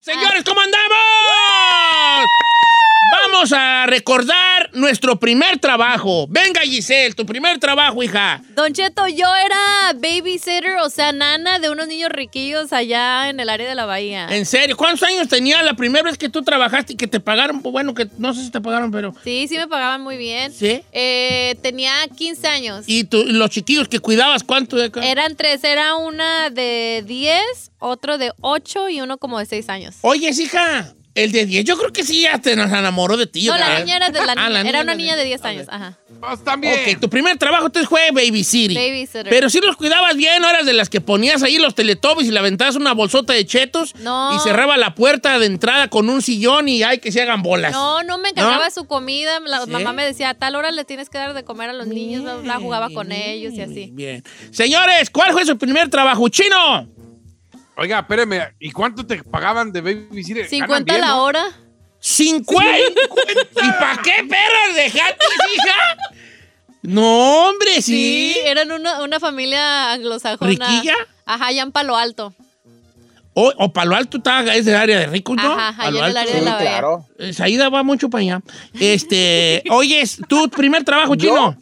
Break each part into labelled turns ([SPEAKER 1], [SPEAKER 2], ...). [SPEAKER 1] Señores, ¿cómo andamos? Vamos a recordar nuestro primer trabajo. Venga, Giselle, tu primer trabajo, hija.
[SPEAKER 2] Don Cheto, yo era babysitter, o sea, nana de unos niños riquillos allá en el área de la bahía.
[SPEAKER 1] En serio, ¿cuántos años tenía la primera vez que tú trabajaste y que te pagaron? Pues Bueno, que no sé si te pagaron, pero...
[SPEAKER 2] Sí, sí me pagaban muy bien.
[SPEAKER 1] ¿Sí?
[SPEAKER 2] Eh, tenía 15 años.
[SPEAKER 1] ¿Y tú- los chiquillos que cuidabas cuánto? De...
[SPEAKER 2] Eran tres, era una de 10, otro de 8 y uno como de 6 años.
[SPEAKER 1] Oye, hija, el de 10, yo creo que sí ya te nos enamoró de ti.
[SPEAKER 2] No, la
[SPEAKER 1] ¿verdad?
[SPEAKER 2] niña era de la
[SPEAKER 1] Ah,
[SPEAKER 2] niña, era una
[SPEAKER 1] de-
[SPEAKER 2] niña de 10 años, ajá.
[SPEAKER 3] también.
[SPEAKER 1] Ok, tu primer trabajo entonces fue Baby City.
[SPEAKER 2] Babysitter.
[SPEAKER 1] Pero si los cuidabas bien, no eras de las que ponías ahí los teletubbies y le aventabas una bolsota de chetos
[SPEAKER 2] No.
[SPEAKER 1] y cerraba la puerta de entrada con un sillón y ay que se hagan bolas.
[SPEAKER 2] No, no me encargaba
[SPEAKER 1] ¿No?
[SPEAKER 2] su comida. La
[SPEAKER 1] ¿Sí?
[SPEAKER 2] mamá me decía, a tal hora le tienes que dar de comer a los niños. bla, bla, bla, jugaba con ellos y así.
[SPEAKER 1] Bien. Señores, ¿cuál fue su primer trabajo chino?
[SPEAKER 3] Oiga, espéreme, ¿y cuánto te pagaban de babysitter?
[SPEAKER 2] 50 la hora.
[SPEAKER 1] 50. ¿Y para qué perras dejaste, hija? No, hombre, sí.
[SPEAKER 2] Sí, eran una, una familia anglosajona.
[SPEAKER 1] ¿Riquilla?
[SPEAKER 2] Ajá, allá en Palo Alto.
[SPEAKER 1] O, o Palo Alto está, es del área de ricos, ¿no?
[SPEAKER 2] Ajá,
[SPEAKER 1] Palo
[SPEAKER 2] allá en el
[SPEAKER 1] Alto.
[SPEAKER 2] área de la bahía.
[SPEAKER 1] Eh, Saída va mucho para allá. Este, oye, ¿tu primer trabajo chino?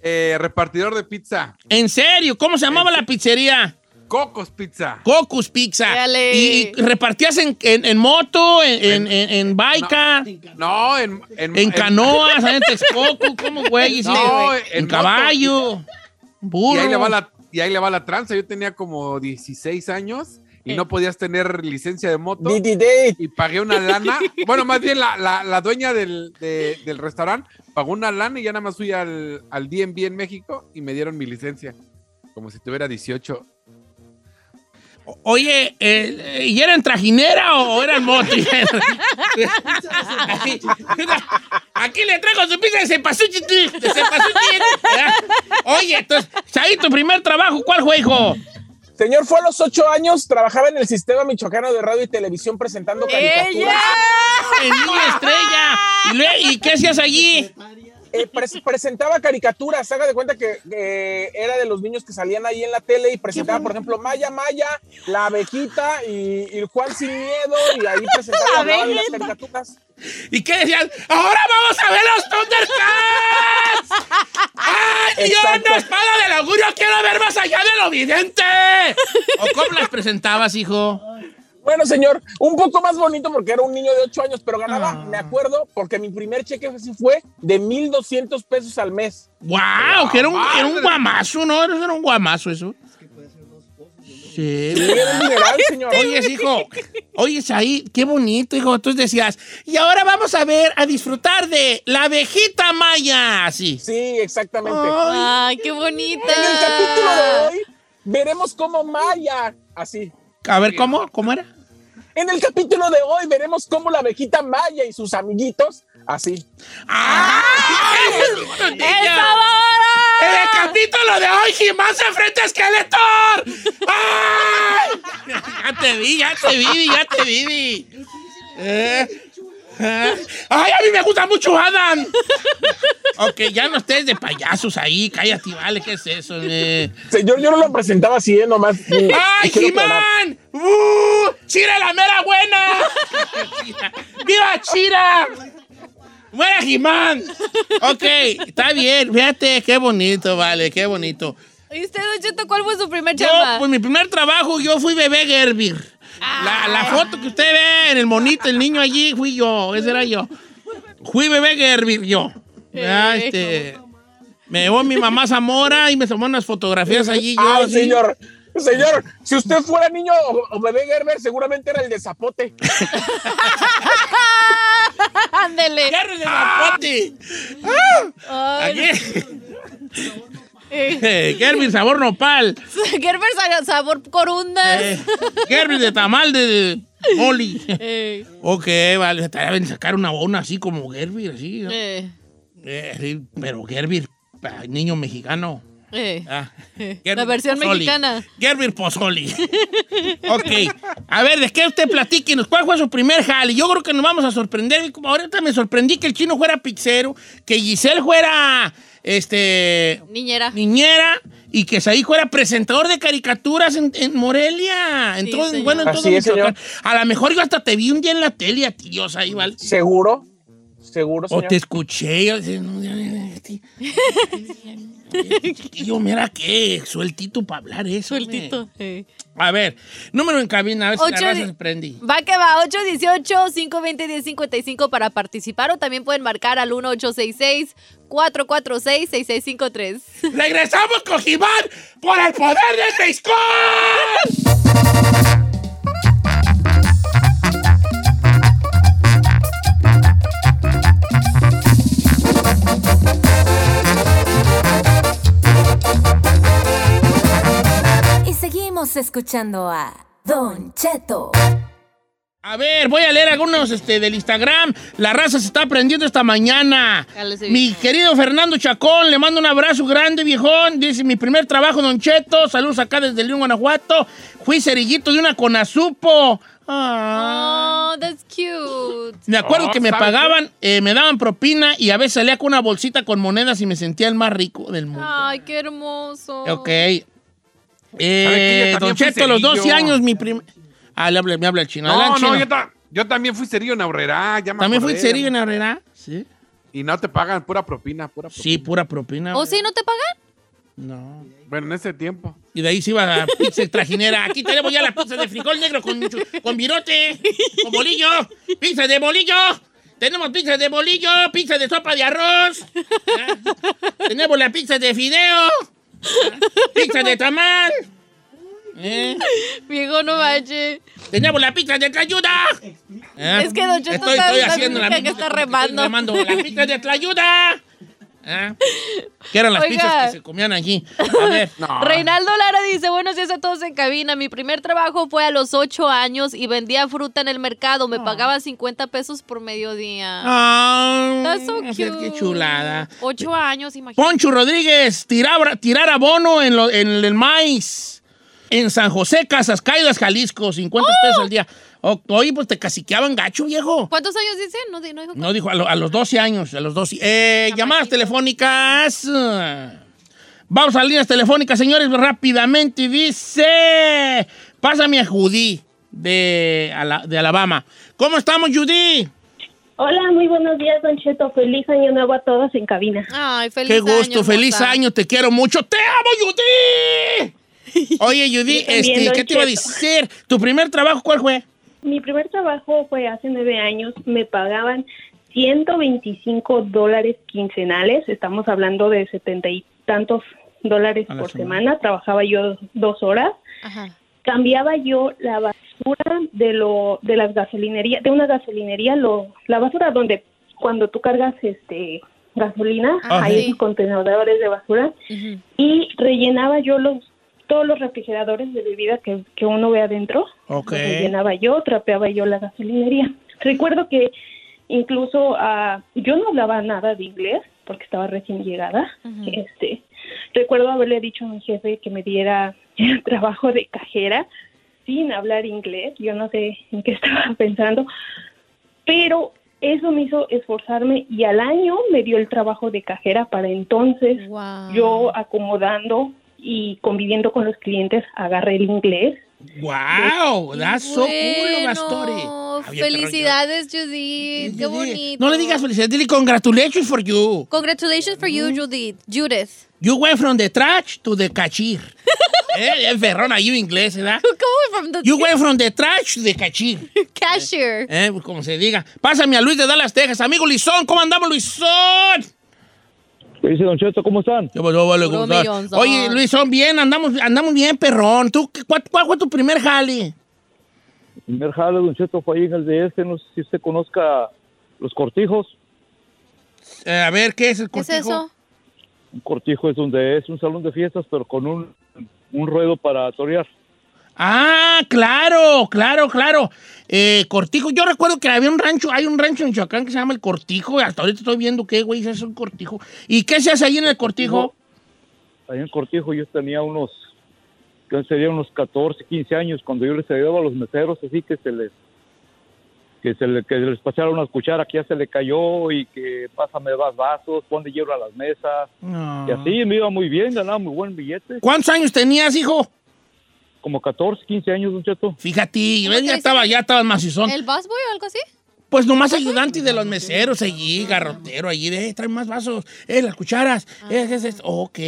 [SPEAKER 3] Eh, repartidor de pizza.
[SPEAKER 1] ¿En serio? ¿Cómo se llamaba la pizzería?
[SPEAKER 3] Cocos Pizza.
[SPEAKER 1] Cocus Pizza.
[SPEAKER 2] Dale.
[SPEAKER 1] Y, y repartías en, en- en moto, en, en, en- en baica,
[SPEAKER 3] No, en... En,
[SPEAKER 1] en canoas, en Texcoco, ¿cómo, güey?
[SPEAKER 3] No,
[SPEAKER 1] Sí, güey.
[SPEAKER 3] en
[SPEAKER 1] en
[SPEAKER 3] moto.
[SPEAKER 1] caballo, burro.
[SPEAKER 3] Y ahí, le va la, y ahí le va la tranza. Yo tenía como 16 años
[SPEAKER 2] Eh.
[SPEAKER 3] y no podías tener licencia de moto. Y pagué una lana. bueno, más bien la, la- la dueña del, de- del restaurante pagó una lana y ya nada más fui al, al DNB en México y me dieron mi licencia. Como si tuviera 18.
[SPEAKER 1] Oye, eh, ¿y era en trajinera o era en moto? Ay, Aquí le traigo su pizza de cepasuchi. De cepasuchi, ¿verdad? Oye, entonces, pues, ahí tu primer trabajo, ¿cuál fue, hijo?
[SPEAKER 4] Señor, fue a los ocho años, trabajaba en el sistema michoacano de radio y televisión presentando caricaturas.
[SPEAKER 1] En Niña Estrella. ¿Y, lue- y qué hacías allí?
[SPEAKER 4] Eh, pres- presentaba caricaturas, haga de cuenta que eh, era de los niños que salían ahí en la tele y presentaba, por ejemplo, Maya Maya, La Abejita y, y Juan Sin Miedo, y ahí presentaba y hablaba de las caricaturas.
[SPEAKER 1] ¿Y qué decías? ¡Ahora vamos a ver los Thundercats! ¡Ay, yo
[SPEAKER 4] Exacto.
[SPEAKER 1] ando espada del augurio! ¡Quiero ver más allá de lo vidente! ¿O cómo las presentabas, hijo?
[SPEAKER 4] Bueno, señor, un poco más bonito porque era un niño de ocho años, pero ganaba, me acuerdo, porque mi primer cheque sí fue de 1,200 pesos al mes.
[SPEAKER 1] ¡Wow! Que era un,
[SPEAKER 3] madre!
[SPEAKER 1] era un guamazo, ¿no? Era un guamazo eso. Sí.
[SPEAKER 4] Y era un dineral, señor.
[SPEAKER 1] Oye, hijo, oye, ahí, qué bonito, hijo. Entonces decías, y ahora vamos a ver, a disfrutar de la abejita maya. Así.
[SPEAKER 4] Sí, exactamente.
[SPEAKER 2] Ay, qué bonita.
[SPEAKER 4] En el capítulo de
[SPEAKER 1] Ah.
[SPEAKER 4] hoy veremos cómo Maya, así.
[SPEAKER 1] A ver, ¿cómo? ¿Cómo era?
[SPEAKER 4] En el capítulo de hoy veremos cómo la abejita Maya y sus amiguitos, así.
[SPEAKER 1] ¡Ay!
[SPEAKER 2] ¡Esa
[SPEAKER 1] niña!
[SPEAKER 2] bárbara!
[SPEAKER 1] ¡En el capítulo de hoy, Jimán se enfrenta a Skeletor! ¡Ay! Ya te vi, ya te vi, ya te vi. Eh, eh. ¡Ay, a mí me gusta mucho Adam! ok, ya no estés de payasos ahí, cállate, vale, ¿qué es eso? eh?
[SPEAKER 4] Señor, yo no lo presentaba así, ¿eh? nomás. sí,
[SPEAKER 1] ¡Ay,
[SPEAKER 4] quiero aclarar.
[SPEAKER 1] Jimán! ¡Uh! ¡Chira la mera buena! ¡Viva Chira! ¡Muera Jimán! Ok, está bien, fíjate, qué bonito, vale, qué bonito.
[SPEAKER 2] ¿Y usted, Don Cheto, cuál fue su primer
[SPEAKER 1] Yo,
[SPEAKER 2] chamba?
[SPEAKER 1] pues mi primer trabajo, yo fui bebé Gerber. La,
[SPEAKER 2] Ah.
[SPEAKER 1] la foto que usted ve en el monito, el niño allí, fui yo, ese era yo. Fui bebé Gerber, yo. Ya,
[SPEAKER 2] Eh,
[SPEAKER 1] este, me llevó mi mamá Zamora y me tomó unas fotografías allí. Yo,
[SPEAKER 4] Ay,
[SPEAKER 1] así.
[SPEAKER 4] señor. Señor, si usted fuera niño o, o bebé Gerber, seguramente era el de Zapote.
[SPEAKER 2] Ándele.
[SPEAKER 1] Gerber de Zapote. Aquí.
[SPEAKER 2] Ay, eh,
[SPEAKER 1] Eh, Gerber sabor nopal.
[SPEAKER 2] Gerber sa- sabor corundas.
[SPEAKER 1] Eh, Gerber de tamal de Oli.
[SPEAKER 2] Eh,
[SPEAKER 1] Ok, vale, estaría bien sacar una una así como Gerber, así. ¿no?
[SPEAKER 2] eh,
[SPEAKER 1] Eh, sí, pero Gerber, pa- niño mexicano.
[SPEAKER 2] eh.
[SPEAKER 1] Ah,
[SPEAKER 2] La versión mexicana.
[SPEAKER 1] Gerber Pozoli. ok. A ver, ¿de qué usted platíquenos? ¿Cuál fue su primer jale? Yo creo que nos vamos a sorprender. Como Ahorita me sorprendí que el chino fuera pizzero, que Giselle fuera eh, este,
[SPEAKER 2] Niñera.
[SPEAKER 1] niñera, y que Saico era presentador de caricaturas en, en Morelia. En
[SPEAKER 2] Sí,
[SPEAKER 1] todo-
[SPEAKER 2] señor.
[SPEAKER 1] bueno, en
[SPEAKER 4] Así
[SPEAKER 1] todo
[SPEAKER 4] es, señor.
[SPEAKER 1] Michoacán. A lo mejor yo hasta te vi un día en la tele a ti, o sea, ahí, ¿vale?
[SPEAKER 4] ¿Seguro? ¿Seguro,
[SPEAKER 1] O
[SPEAKER 4] señor?
[SPEAKER 1] te escuché. Yo, decía, no, ya, ya, ya, este- Chiquillo, mira qué sueltito para hablar eso. hombre.
[SPEAKER 2] Sueltito. eh.
[SPEAKER 1] A ver, número en cabina, a ver si
[SPEAKER 2] Ocho
[SPEAKER 1] la raza
[SPEAKER 2] di-
[SPEAKER 1] se prendí.
[SPEAKER 2] Va que va, 818-520-1055 para participar o también pueden marcar al 1866-446-6653.
[SPEAKER 1] ¡Regresamos con Jimán por el poder de Seiscón!
[SPEAKER 5] Y seguimos escuchando a Don Cheto.
[SPEAKER 1] A ver, voy a leer algunos este, del Instagram. La raza se está aprendiendo esta mañana.
[SPEAKER 2] Dale, sí.
[SPEAKER 1] Mi querido Fernando Chacón, le mando un abrazo grande, viejón. Dice, mi primer trabajo, Don Cheto. Saludos acá desde León, Guanajuato. Fui cerillito de una conazupo. Ah.
[SPEAKER 2] Oh, that's cute.
[SPEAKER 1] Me acuerdo
[SPEAKER 3] Oh,
[SPEAKER 1] que me
[SPEAKER 3] ¿sabe qué?
[SPEAKER 1] pagaban, eh, me daban propina y a veces salía con una bolsita con monedas y me sentía el más rico del mundo.
[SPEAKER 2] Ay, qué hermoso.
[SPEAKER 1] Ok. Eh,
[SPEAKER 3] Yo
[SPEAKER 1] don
[SPEAKER 3] también fui
[SPEAKER 1] Cheto, a los
[SPEAKER 3] cerillo.
[SPEAKER 1] 12 años, mi prim... Ah, le habla, me habla el chino.
[SPEAKER 3] No,
[SPEAKER 1] Adelante,
[SPEAKER 3] no,
[SPEAKER 1] chino.
[SPEAKER 3] yo, ta- yo también fui cerillo en Aurrera. Ah, Ya me
[SPEAKER 1] ¿También fui
[SPEAKER 3] acordé.
[SPEAKER 1] cerillo en Herrera? Sí.
[SPEAKER 3] Y no te pagan pura propina, pura propina.
[SPEAKER 1] Sí, pura propina.
[SPEAKER 2] ¿O sí no te pagan?
[SPEAKER 1] No.
[SPEAKER 3] Bueno, en ese tiempo.
[SPEAKER 1] Y de ahí se iba la pizza trajinera. Aquí tenemos ya la pizza de frijol negro con, chu- con virote, con bolillo, pizza de bolillo. Tenemos pizza de bolillo, pizza de sopa de arroz. ¿Ah? Tenemos la pizza de fideo, ¿Ah? pizza de tamal. ¿Eh?
[SPEAKER 2] Viejo, no manches.
[SPEAKER 1] Tenemos la pizza de tlayuda. ¿Ah?
[SPEAKER 2] Es que Don Cheto
[SPEAKER 1] estoy,
[SPEAKER 2] está-
[SPEAKER 1] estoy
[SPEAKER 2] está
[SPEAKER 1] haciendo la
[SPEAKER 2] bien que
[SPEAKER 1] misma
[SPEAKER 2] está
[SPEAKER 1] cosa
[SPEAKER 2] remando.
[SPEAKER 1] Estoy remando la pizza de tlayuda. ¿Ah? Que eran las
[SPEAKER 2] Oiga.
[SPEAKER 1] pizzas que se comían allí. A ver.
[SPEAKER 3] No.
[SPEAKER 2] Reinaldo Lara dice, buenos días a todos en cabina. Mi primer trabajo fue a los 8 años y vendía fruta en el mercado. Me pagaba 50 pesos por mediodía.
[SPEAKER 1] Ay,
[SPEAKER 2] That's so
[SPEAKER 1] a
[SPEAKER 2] cute.
[SPEAKER 1] ver Ah, qué chulada.
[SPEAKER 2] 8 años, imagínate.
[SPEAKER 1] Poncho Rodríguez, tirar, tirar abono en, lo- en el maíz. En San José, Casas Caídas, Jalisco, 50
[SPEAKER 2] Oh.
[SPEAKER 1] pesos al día. O- oye, pues te caciqueaban gacho, viejo.
[SPEAKER 2] ¿Cuántos años dice? No, di- no dijo.
[SPEAKER 1] No, dijo a, lo- a los 12 años, a los 12. Eh, llamadas telefónicas. Vamos a líneas telefónicas, señores, rápidamente. Dice, pásame a Judy de, Ala- de Alabama. ¿Cómo estamos, Judy?
[SPEAKER 6] Hola, muy buenos días, Don Cheto. Feliz año nuevo a todos en cabina.
[SPEAKER 2] Ay, feliz
[SPEAKER 1] Qué
[SPEAKER 2] año,
[SPEAKER 1] gusto, feliz
[SPEAKER 2] hermosa.
[SPEAKER 1] año, te quiero mucho, te amo, Judy. Oye, Judy,
[SPEAKER 6] Yo también,
[SPEAKER 1] este,
[SPEAKER 6] Don
[SPEAKER 1] ¿qué te iba a
[SPEAKER 6] Cheto.
[SPEAKER 1] decir? ¿Tu primer trabajo cuál fue?
[SPEAKER 6] Mi primer trabajo fue hace nueve años. Me pagaban 125 dólares quincenales. Estamos hablando de setenta y tantos dólares
[SPEAKER 1] A la
[SPEAKER 6] por
[SPEAKER 1] semana.
[SPEAKER 6] semana. Trabajaba yo dos horas.
[SPEAKER 2] Ajá.
[SPEAKER 6] Cambiaba yo la basura de lo de las gasolinerías, de una gasolinería, lo, la basura donde cuando tú cargas este gasolina,
[SPEAKER 1] Ajá.
[SPEAKER 6] hay
[SPEAKER 2] Sí.
[SPEAKER 6] esos contenedores de basura.
[SPEAKER 2] Ujú.
[SPEAKER 6] y rellenaba yo los todos los refrigeradores de bebida que, que uno ve adentro.
[SPEAKER 1] Ok.
[SPEAKER 6] Los rellenaba yo, trapeaba yo la gasolinería. Recuerdo que incluso ah, yo no hablaba nada de inglés porque estaba recién llegada.
[SPEAKER 2] Ujú.
[SPEAKER 6] Este, recuerdo haberle dicho a mi jefe que me diera el trabajo de cajera sin hablar inglés. Yo no sé en qué estaba pensando, pero eso me hizo esforzarme y al año me dio el trabajo de cajera para entonces
[SPEAKER 2] Wow.
[SPEAKER 6] yo
[SPEAKER 1] Ah.
[SPEAKER 6] acomodando y conviviendo con los clientes, agarré el inglés.
[SPEAKER 1] ¡Wow! ¡That's so cool,
[SPEAKER 2] Bueno,
[SPEAKER 1] Gastore! Ah, bien,
[SPEAKER 2] Felicidades,
[SPEAKER 1] perro,
[SPEAKER 2] Judith.
[SPEAKER 1] yo-
[SPEAKER 2] Qué bonito.
[SPEAKER 1] No le digas felicidades, dile congratulations for you.
[SPEAKER 2] Congratulations for you, Judith. Judith.
[SPEAKER 1] You went from the trash to the cachir. eh, es ferrón ahí en inglés, ¿verdad?
[SPEAKER 2] Going from the
[SPEAKER 1] You went from the trash to the cachir.
[SPEAKER 2] cashier.
[SPEAKER 1] Eh, pues como se diga. Pásame a Luis de Dallas, Texas. Amigo Luisón, ¿cómo andamos, Luisón?
[SPEAKER 7] ¿Qué dice Don Cheto? ¿Cómo están?
[SPEAKER 1] Yo, yo, vale,
[SPEAKER 2] Puro
[SPEAKER 1] Gonzalo.
[SPEAKER 2] millonzón.
[SPEAKER 1] Oye, Luisón, bien, andamos, andamos bien, perrón. ¿Tú, qué- cuál, cuál fue tu primer jale?
[SPEAKER 7] Mi primer jale, Don Cheto, fue ahí en el DF. No sé si usted conozca los cortijos.
[SPEAKER 1] Eh, a ver, ¿qué es el
[SPEAKER 2] ¿Qué es
[SPEAKER 1] cortijo?
[SPEAKER 2] eso?
[SPEAKER 7] Un cortijo es donde es un salón de fiestas, pero con un, un ruedo para torear.
[SPEAKER 1] Ah, claro, claro, claro. Eh, cortijo, yo recuerdo que había un rancho, hay un rancho en Michoacán que se llama El Cortijo. Hasta ahorita estoy viendo qué, güey, es un cortijo. ¿Y qué se hace ahí en El Cortijo?
[SPEAKER 7] Ahí en el cortijo yo tenía unos, que serían unos 14, 15 años, cuando yo les ayudaba a los meseros, así que se les que se le, que les pasaron una cuchara que ya se le cayó y que pásame más vasos, ponle hierro a las mesas.
[SPEAKER 1] No.
[SPEAKER 7] Y así me iba muy bien, ganaba muy buen billete.
[SPEAKER 1] ¿Cuántos años tenías, hijo?
[SPEAKER 7] Como 14, 15 años, don Cheto.
[SPEAKER 1] Fíjate, ¿ves? ya estaba, ya estabas macizón.
[SPEAKER 2] ¿El busboy o algo así?
[SPEAKER 1] Pues nomás ayudante de los meseros allí, garrotero allí, de, eh, trae más vasos, eh, las cucharas, eh, es, es, ok.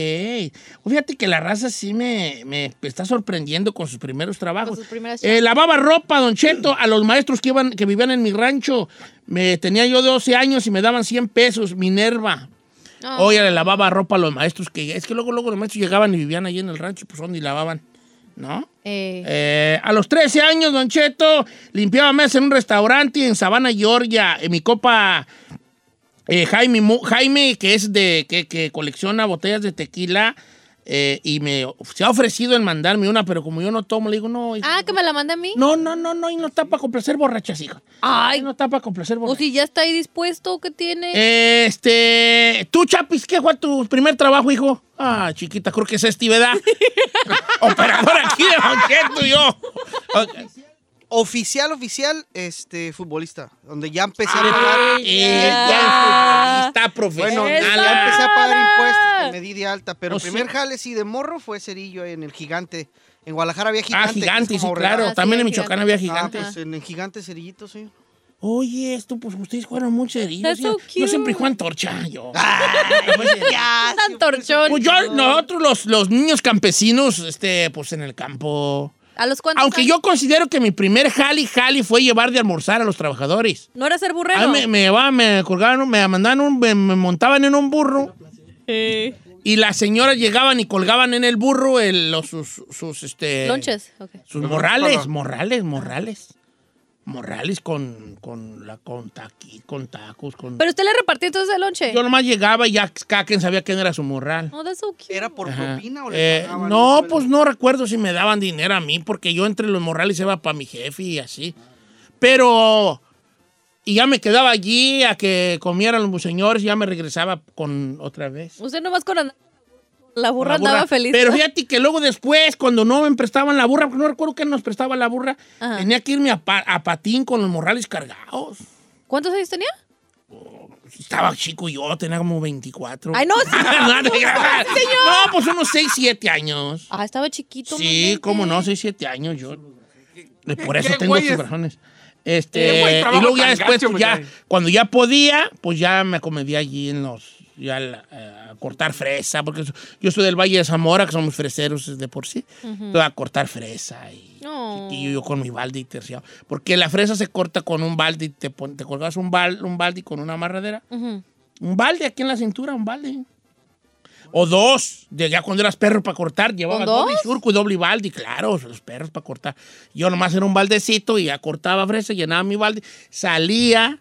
[SPEAKER 1] Fíjate que la raza sí me, me está sorprendiendo con sus primeros trabajos.
[SPEAKER 2] Con sus primeras
[SPEAKER 1] Eh, lavaba ropa, don Cheto, a los maestros que, iban, que vivían en mi rancho. Me, tenía yo 12 años y me daban 100 pesos, Minerva.
[SPEAKER 2] No.
[SPEAKER 1] Oye, le lavaba ropa a los maestros que... Es que luego, luego los maestros llegaban y vivían allí en el rancho, pues donde lavaban, ¿no?
[SPEAKER 2] Eh,
[SPEAKER 1] Eh, a los 13 años, Don Cheto, limpiaba mesas en un restaurante en Savannah, Georgia. Eh, mi copa eh, Jaime, Mu- Jaime, que es de que, que colecciona botellas de tequila, eh, y me se ha ofrecido en mandarme una, pero como yo no tomo, le digo, no, hijo,
[SPEAKER 2] ah, que me la manda a mí.
[SPEAKER 1] no, no, no, no, y no está para complacer borrachas, hijo.
[SPEAKER 2] Ay, Pues
[SPEAKER 1] No está para complacer
[SPEAKER 2] o
[SPEAKER 1] borrachas.
[SPEAKER 2] si ya está ahí dispuesto, ¿qué
[SPEAKER 1] Eh,
[SPEAKER 2] tiene?
[SPEAKER 1] Este, tú, Chapis, ¿qué fue tu primer trabajo, hijo? Ah, chiquita, creo que es este, ¿verdad? Operador aquí de Don Cheto, yo. Ok.
[SPEAKER 8] Oficial, oficial, este, futbolista. Donde ya empecé a
[SPEAKER 1] Ah,
[SPEAKER 8] pagar.
[SPEAKER 1] ella está
[SPEAKER 8] Bueno,
[SPEAKER 1] profesional.
[SPEAKER 8] ya
[SPEAKER 1] Ah,
[SPEAKER 8] empecé a pagar impuestos y me di de alta. Pero
[SPEAKER 1] O
[SPEAKER 8] el primer
[SPEAKER 1] sea-
[SPEAKER 8] jale, sí, de morro fue cerillo en el gigante. En Guadalajara había
[SPEAKER 1] ah,
[SPEAKER 8] gigante. que es
[SPEAKER 1] gigante, sí,
[SPEAKER 8] como
[SPEAKER 1] claro.
[SPEAKER 8] regalo.
[SPEAKER 2] Ah, sí,
[SPEAKER 1] También en
[SPEAKER 2] el
[SPEAKER 1] Michoacán
[SPEAKER 2] gigante.
[SPEAKER 1] había
[SPEAKER 8] Ah,
[SPEAKER 1] gigantes.
[SPEAKER 8] pues en el gigante cerillito, sí.
[SPEAKER 1] Oye, esto, pues ustedes jugaron mucho heridos.
[SPEAKER 2] That's so
[SPEAKER 1] ¿eh? Yo
[SPEAKER 2] cute.
[SPEAKER 1] siempre juego antorcha, yo.
[SPEAKER 8] Ah, Ya,
[SPEAKER 2] Tan torchón.
[SPEAKER 1] Pues yo, nosotros los, los niños campesinos, este, pues en el campo.
[SPEAKER 2] ¿A los
[SPEAKER 8] Pues,
[SPEAKER 2] cuantos
[SPEAKER 1] Aunque yo considero que mi primer jali jali fue llevar de almorzar a los trabajadores.
[SPEAKER 2] ¿No era ser
[SPEAKER 1] A
[SPEAKER 2] burrero?
[SPEAKER 1] mí me, me llevaban, me colgaban, me mandaban un- me, me montaban en un burro.
[SPEAKER 2] Eh,
[SPEAKER 1] Y las señoras llegaban y colgaban en el burro el- los, sus, sus, este.
[SPEAKER 2] Lonches. ok.
[SPEAKER 1] Sus
[SPEAKER 3] Los
[SPEAKER 1] morrales,
[SPEAKER 3] para-
[SPEAKER 1] morrales, morrales. Morrales con, con, la, con, taqui- con tacos, con...
[SPEAKER 2] Pero usted le repartió entonces el lonche.
[SPEAKER 1] Yo nomás llegaba y ya cada quien sabía quién era su morral.
[SPEAKER 2] No, that's so cute.
[SPEAKER 8] ¿Era por
[SPEAKER 1] Ajá.
[SPEAKER 8] propina o
[SPEAKER 1] Eh,
[SPEAKER 8] le pagaban el
[SPEAKER 1] no,
[SPEAKER 8] sueldo?
[SPEAKER 1] pues no recuerdo si me daban dinero a mí, porque yo entre los morrales iba para mi jefe y así. Pero... Y ya me quedaba allí a que comieran los señores y ya me regresaba con otra vez.
[SPEAKER 2] Usted nomás con and- la burra
[SPEAKER 1] La burra.
[SPEAKER 2] andaba feliz.
[SPEAKER 1] Pero fíjate que luego después, cuando no me prestaban la burra, porque no recuerdo que nos prestaba la burra,
[SPEAKER 2] Ajá.
[SPEAKER 1] tenía que irme a, pa- a patín con los morrales cargados.
[SPEAKER 2] ¿Cuántos años tenía?
[SPEAKER 1] Estaba chico yo, tenía como 24.
[SPEAKER 2] Ay, no, sí.
[SPEAKER 1] no, te creas. No, pues unos 6, 7 años.
[SPEAKER 2] Ah, estaba chiquito.
[SPEAKER 1] Sí,
[SPEAKER 2] manete.
[SPEAKER 1] cómo no, 6, 7 años yo. Eh, Por eso
[SPEAKER 3] qué
[SPEAKER 1] tengo
[SPEAKER 3] güey
[SPEAKER 1] estos
[SPEAKER 3] es?
[SPEAKER 1] brazones.
[SPEAKER 3] Qué
[SPEAKER 1] Este,
[SPEAKER 3] güey,
[SPEAKER 1] y
[SPEAKER 3] trabajo
[SPEAKER 1] luego ya
[SPEAKER 3] tan
[SPEAKER 1] después,
[SPEAKER 3] gacho,
[SPEAKER 1] pues, ya,
[SPEAKER 3] güey.
[SPEAKER 1] cuando ya podía, pues ya me acomedí allí en los, ya al- a cortar fresa, porque so- yo soy del Valle de Zamora, que somos freseros de por sí. Entonces, a cortar fresa y,
[SPEAKER 2] Oh.
[SPEAKER 1] y yo, yo con mi balde y terciado. Porque la fresa se corta con un balde y te, pon- te colgas un, bal, un balde con una amarradera.
[SPEAKER 2] Ujú.
[SPEAKER 1] Un balde aquí en la cintura, un balde. O dos. de- Ya cuando eras perro para cortar, llevaba
[SPEAKER 2] ¿Con
[SPEAKER 1] doble
[SPEAKER 2] dos?
[SPEAKER 1] surco y doble balde. Claro, los perros para cortar. Yo nomás era un baldecito y ya cortaba fresa, llenaba mi balde, salía,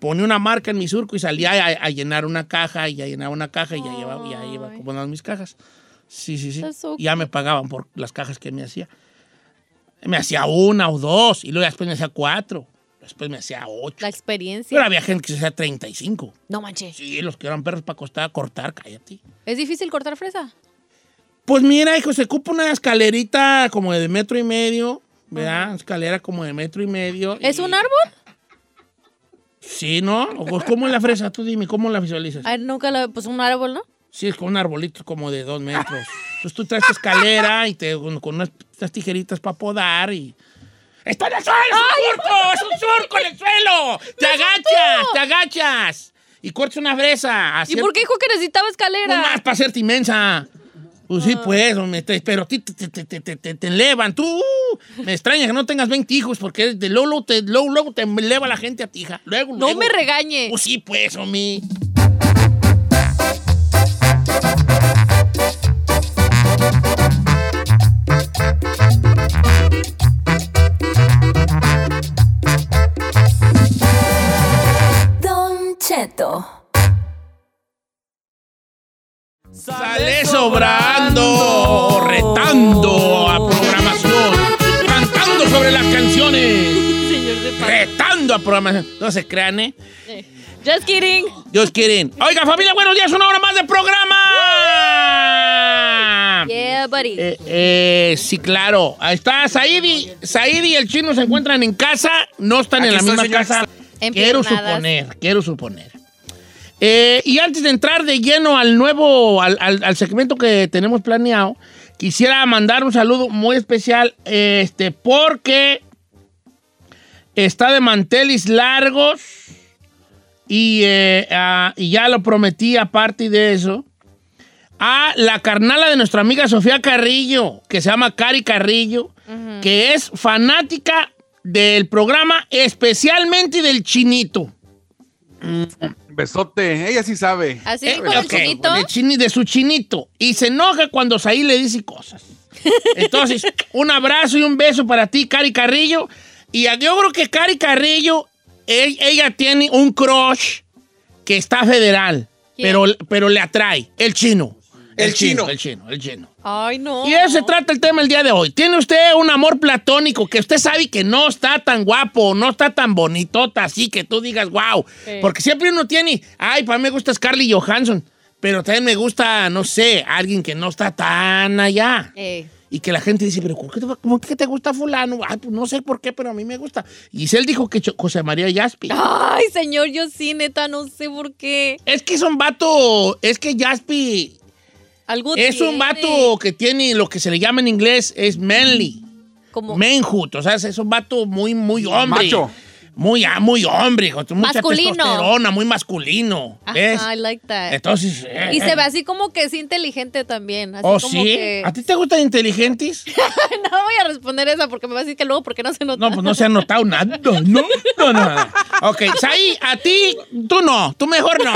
[SPEAKER 1] ponía una marca en mi surco y salía a, a llenar una caja y ya llenaba una caja y ya llevaba, ya iba
[SPEAKER 2] Ay.
[SPEAKER 1] acomodando mis cajas. Sí, sí, sí.
[SPEAKER 2] That's so
[SPEAKER 1] Y ya me pagaban por las cajas que me hacía. Me hacía una o dos y luego después me hacía cuatro. Después me hacía ocho.
[SPEAKER 2] La experiencia.
[SPEAKER 1] Pero había gente que se hacía 35.
[SPEAKER 2] No manches.
[SPEAKER 1] Sí, los que eran perros para costar, cortar, cállate.
[SPEAKER 2] ¿Es difícil cortar fresa?
[SPEAKER 1] Pues mira, hijo, se ocupa una escalerita como de metro y medio, ¿verdad? Escalera como de metro y medio.
[SPEAKER 2] ¿Es
[SPEAKER 1] y-
[SPEAKER 2] un árbol?
[SPEAKER 1] Sí, ¿no? O- ¿Cómo es la fresa? Tú dime, ¿cómo la visualizas?
[SPEAKER 2] Ay, nunca la... Pues un árbol, ¿no?
[SPEAKER 1] Sí, es con un arbolito como de dos metros. Entonces tú traes tu escalera y te, con, con unas, unas tijeritas para podar y... ¡Está en el suelo! ¡Es un surco! ¡Es un surco en el suelo! ¡Te agachas! ¡Te agachas! Y cortas una fresa.
[SPEAKER 2] ¿Y por qué dijo que necesitaba
[SPEAKER 1] Pues
[SPEAKER 2] escalera?
[SPEAKER 1] más para hacerte inmensa. Pues
[SPEAKER 2] Ah.
[SPEAKER 1] sí, pues, hombre, te- pero a ti te, te, te, te, te, te- te elevan. Tú, uh, me extraña que no tengas 20 hijos porque de luego, luego te, luego, luego te eleva la gente a ti, hija. Luego,
[SPEAKER 2] No
[SPEAKER 1] luego.
[SPEAKER 2] me regañe.
[SPEAKER 1] Pues sí, pues, hombre.
[SPEAKER 5] Don Cheto.
[SPEAKER 1] Sale sobrando, retando a programación, cantando sobre las canciones,
[SPEAKER 2] Señor de paz.
[SPEAKER 1] retando a programación. No se crean, ¿eh?
[SPEAKER 2] Just kidding.
[SPEAKER 1] Dios quieren. Oiga, familia, buenos días. Una hora más de programa. Instagram.
[SPEAKER 2] Yeah, buddy.
[SPEAKER 1] Eh, eh, sí, claro. Ahí está Saidi. Saidi y el chino se encuentran en casa. No están en la
[SPEAKER 9] Aquí
[SPEAKER 1] misma
[SPEAKER 9] estoy, señor.
[SPEAKER 1] casa.
[SPEAKER 2] En
[SPEAKER 1] Quiero
[SPEAKER 2] piernadas.
[SPEAKER 1] suponer, quiero suponer. Eh, y antes de entrar de lleno al nuevo, al, al- al segmento que tenemos planeado, quisiera mandar un saludo muy especial, este, porque está de manteles largos y, eh, ah, y ya lo prometí aparte de eso, a la carnala de nuestra amiga Sofía Carrillo, que se llama Cari Carrillo, que es fanática del programa, especialmente del chinito.
[SPEAKER 3] Besote, ella sí sabe.
[SPEAKER 2] Así
[SPEAKER 1] Eh,
[SPEAKER 2] con el
[SPEAKER 1] ok,
[SPEAKER 2] chinito.
[SPEAKER 1] de, chini- de su chinito. Y se enoja cuando Saí le dice cosas. Entonces, un abrazo y un beso para ti, Cari Carrillo. Y a- yo creo que Cari Carrillo, e- ella tiene un crush que está federal,
[SPEAKER 2] ¿Quién?
[SPEAKER 1] pero, pero le atrae. El chino.
[SPEAKER 9] El chino.
[SPEAKER 1] El chino, el chino.
[SPEAKER 2] Ay, no.
[SPEAKER 1] Y de eso se trata el tema el día de hoy. Tiene usted un amor platónico que usted sabe que no está tan guapo, no está tan bonitota, así que tú digas, wow.
[SPEAKER 2] Sí.
[SPEAKER 1] Porque siempre uno tiene, ay, para mí me gusta Scarlett Johansson, pero también me gusta, no sé, alguien que no está tan allá.
[SPEAKER 2] Eh,
[SPEAKER 1] Y que la gente dice, pero ¿por qué te, cómo que te gusta fulano? Ay, pues no sé por qué, pero a mí me gusta. Y él dijo que Cho- José María Yaspi.
[SPEAKER 2] Ay, señor, yo sí, neta, no sé por qué.
[SPEAKER 1] Es que es un vato, es que Yaspi
[SPEAKER 2] Algo
[SPEAKER 1] es un
[SPEAKER 2] tiene
[SPEAKER 1] vato que tiene lo que se le llama en inglés es manly.
[SPEAKER 2] Como
[SPEAKER 1] Menjut, o sea, es un vato muy, muy hombre.
[SPEAKER 3] Macho.
[SPEAKER 1] Muy, ah, muy hombre, con mucha
[SPEAKER 2] Masculino.
[SPEAKER 1] testosterona, muy masculino. ¿Ves?
[SPEAKER 2] Ajá, I like that.
[SPEAKER 1] Entonces. eh,
[SPEAKER 2] y se ve así como que es inteligente también. Así
[SPEAKER 1] ¿Oh, sí?
[SPEAKER 2] como que-
[SPEAKER 1] ¿A ti te gustan inteligentes?
[SPEAKER 2] no voy a responder esa porque me va a decir que luego, porque no se nota?
[SPEAKER 1] No, pues no se ha notado nada. No, no, no. Ok, Saí, a ti, tú no, tú mejor no.